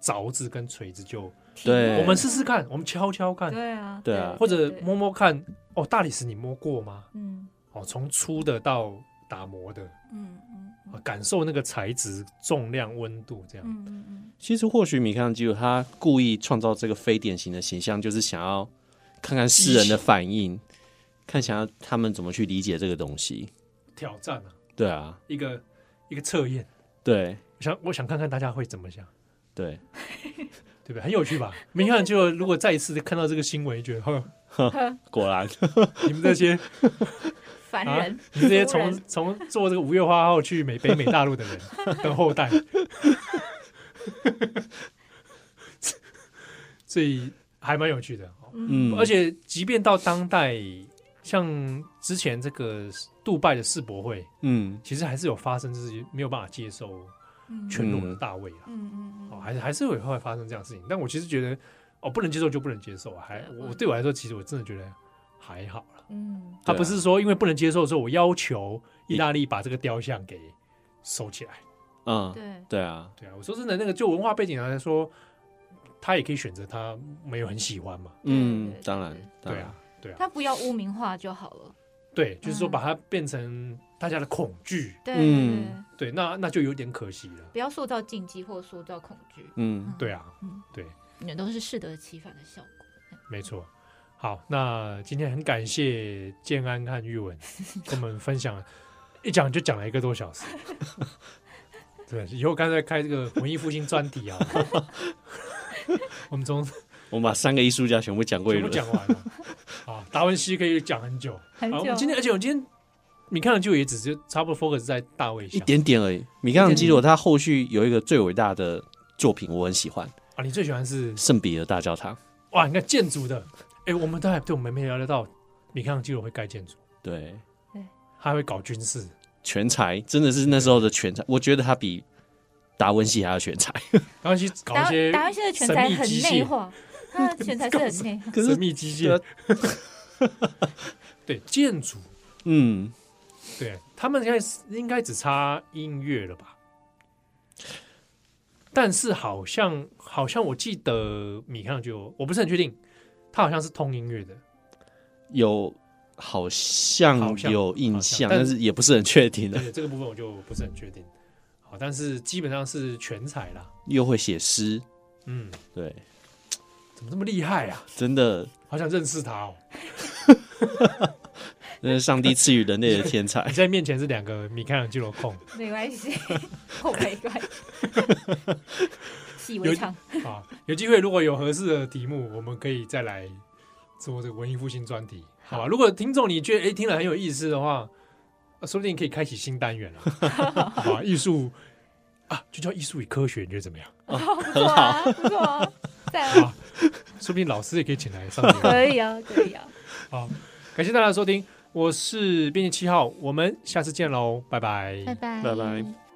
Speaker 1: 凿子跟锤子就，
Speaker 3: 提问
Speaker 2: 对
Speaker 1: 我们试试看，我们敲敲看，
Speaker 3: 对啊
Speaker 2: 对啊
Speaker 1: 或者摸摸看。哦，大理石你摸过吗？
Speaker 3: 嗯
Speaker 1: 哦，从粗的到打磨的，
Speaker 3: 嗯嗯嗯
Speaker 1: 啊感受那个材质、重量、温度这样。
Speaker 3: 嗯嗯嗯，
Speaker 2: 其实或许米开朗基罗他故意创造这个非典型的形象，就是想要看看世人的反应，看想要他们怎么去理解这个东西。
Speaker 1: 挑战啊，
Speaker 2: 对啊，
Speaker 1: 一个一个测验，
Speaker 2: 对
Speaker 1: 我想我想看看大家会怎么想，
Speaker 2: 对，
Speaker 1: 对不对？很有趣吧？明看就如果再一次看到这个新闻，觉得呵，
Speaker 2: 果然
Speaker 1: 你们这些
Speaker 3: 嗯烦
Speaker 1: 啊
Speaker 3: 人，
Speaker 1: 你们这些
Speaker 3: 俗人
Speaker 1: 从从做这个五月花号去美北美大陆的人的后代， 所以还蛮有趣的、哦。
Speaker 2: 嗯
Speaker 1: 而且即便到当代，像之前这个杜拜的世博会，
Speaker 2: 嗯
Speaker 1: 其实还是有发生，就是没有办法接受
Speaker 3: 嗯
Speaker 1: 全裸的大卫啊，
Speaker 3: 嗯嗯
Speaker 1: 哦，
Speaker 3: 嗯，
Speaker 1: 还是还是有会发生这样的事情。但我其实觉得，哦，不能接受就不能接受啊，还
Speaker 3: 对
Speaker 1: 我
Speaker 3: 嗯
Speaker 1: 对我来说，其实我真的觉得还好了。
Speaker 3: 嗯
Speaker 1: 他不是说因为不能接受的时候，我要求意大利把这个雕像给收起来。
Speaker 2: 嗯，
Speaker 3: 对
Speaker 2: 对啊，
Speaker 1: 对啊，我说真的，那个就文化背景来说，他也可以选择他没有很喜欢嘛。
Speaker 2: 嗯
Speaker 3: 对对，
Speaker 2: 当然
Speaker 3: 对
Speaker 2: 当
Speaker 1: 对
Speaker 2: 然
Speaker 1: 啊，对啊，
Speaker 3: 他不要污名化就好了，
Speaker 1: 对，就是说
Speaker 3: 嗯
Speaker 1: 把它变成大家的恐惧。
Speaker 3: 对
Speaker 2: 嗯
Speaker 3: 对，
Speaker 1: 对，那那就有点可惜了。
Speaker 3: 不要塑造禁忌或塑造恐惧，
Speaker 2: 嗯，
Speaker 1: 对啊
Speaker 3: 嗯，
Speaker 1: 对。
Speaker 3: 也都是适得其反的效果。
Speaker 1: 没错。好，那今天很感谢建安和玉 文跟我们分享，一讲就讲了一个多小 时。对，以后干脆开这个文艺复兴专题啊， 我们从
Speaker 2: 我们把三个艺术家全部讲过一
Speaker 1: 全部
Speaker 2: 轮，
Speaker 1: 讲完了。啊，达文西可以讲很久。
Speaker 3: 很
Speaker 1: 好，我
Speaker 3: 久
Speaker 1: 们，今天，而且我今天你看了就也只是差不多 focus 在大卫
Speaker 2: 一
Speaker 1: 上
Speaker 2: 点点而已。米开朗基罗他后续有一个最伟大的作品，我很喜欢《
Speaker 1: 啊。你最喜欢是
Speaker 2: 圣彼得大教堂》。
Speaker 1: 哇？你看建筑的，哎，我们都还对我们没聊得到，米开朗基罗会盖建筑，
Speaker 2: 对，
Speaker 1: 他还会搞军事。
Speaker 2: 全才真的是那时候的全才，我觉得他比达文西还要全才。
Speaker 1: 然后去搞一
Speaker 3: 达
Speaker 1: 些
Speaker 3: 达文西的全才
Speaker 1: 神秘
Speaker 3: 很
Speaker 1: 机械
Speaker 3: 内化，他的 选材是很内行。
Speaker 2: 可
Speaker 1: 神
Speaker 2: 是，
Speaker 1: 秘机械。啊 对建筑，
Speaker 2: 嗯，
Speaker 1: 对他们现在是应该只差音乐了吧？但是好像好像我记得米开朗基罗，我不是很确定，他好像是通音乐的，
Speaker 2: 有好像
Speaker 1: 好像
Speaker 2: 有印
Speaker 1: 好像
Speaker 2: 象，
Speaker 1: 但
Speaker 2: 但是也不是很确定的。
Speaker 1: 对这个部分我就不是很确定。好，但是基本上是全才啦。
Speaker 2: 又会写诗，
Speaker 1: 嗯，
Speaker 2: 对，
Speaker 1: 怎么这么厉害啊？
Speaker 2: 真的，
Speaker 1: 好想认识他哦！
Speaker 2: 真是上帝赐予人类的天
Speaker 1: 你
Speaker 2: 才。
Speaker 1: 现在面前是两个米开朗基罗控
Speaker 3: 没关系， 我没关系， 习以
Speaker 1: 有
Speaker 3: 为常。
Speaker 1: 啊，有机会如果有合适的题目，我们可以再来做这个文艺复兴专题，好吧？如果听众你觉得诶听了很有意思的话，呃说不定可以开启新单元了，好吧？艺术啊，就叫艺术与科学，你觉得怎么样？
Speaker 3: 不错啊，不 错啊，在啊，
Speaker 1: 说不定老师也可以请来上节目。
Speaker 3: 可以啊，可以啊，
Speaker 1: 好，感谢大家的收听，我是编辑七号，我们下次见喽，拜拜，
Speaker 3: 拜拜，
Speaker 2: 拜拜。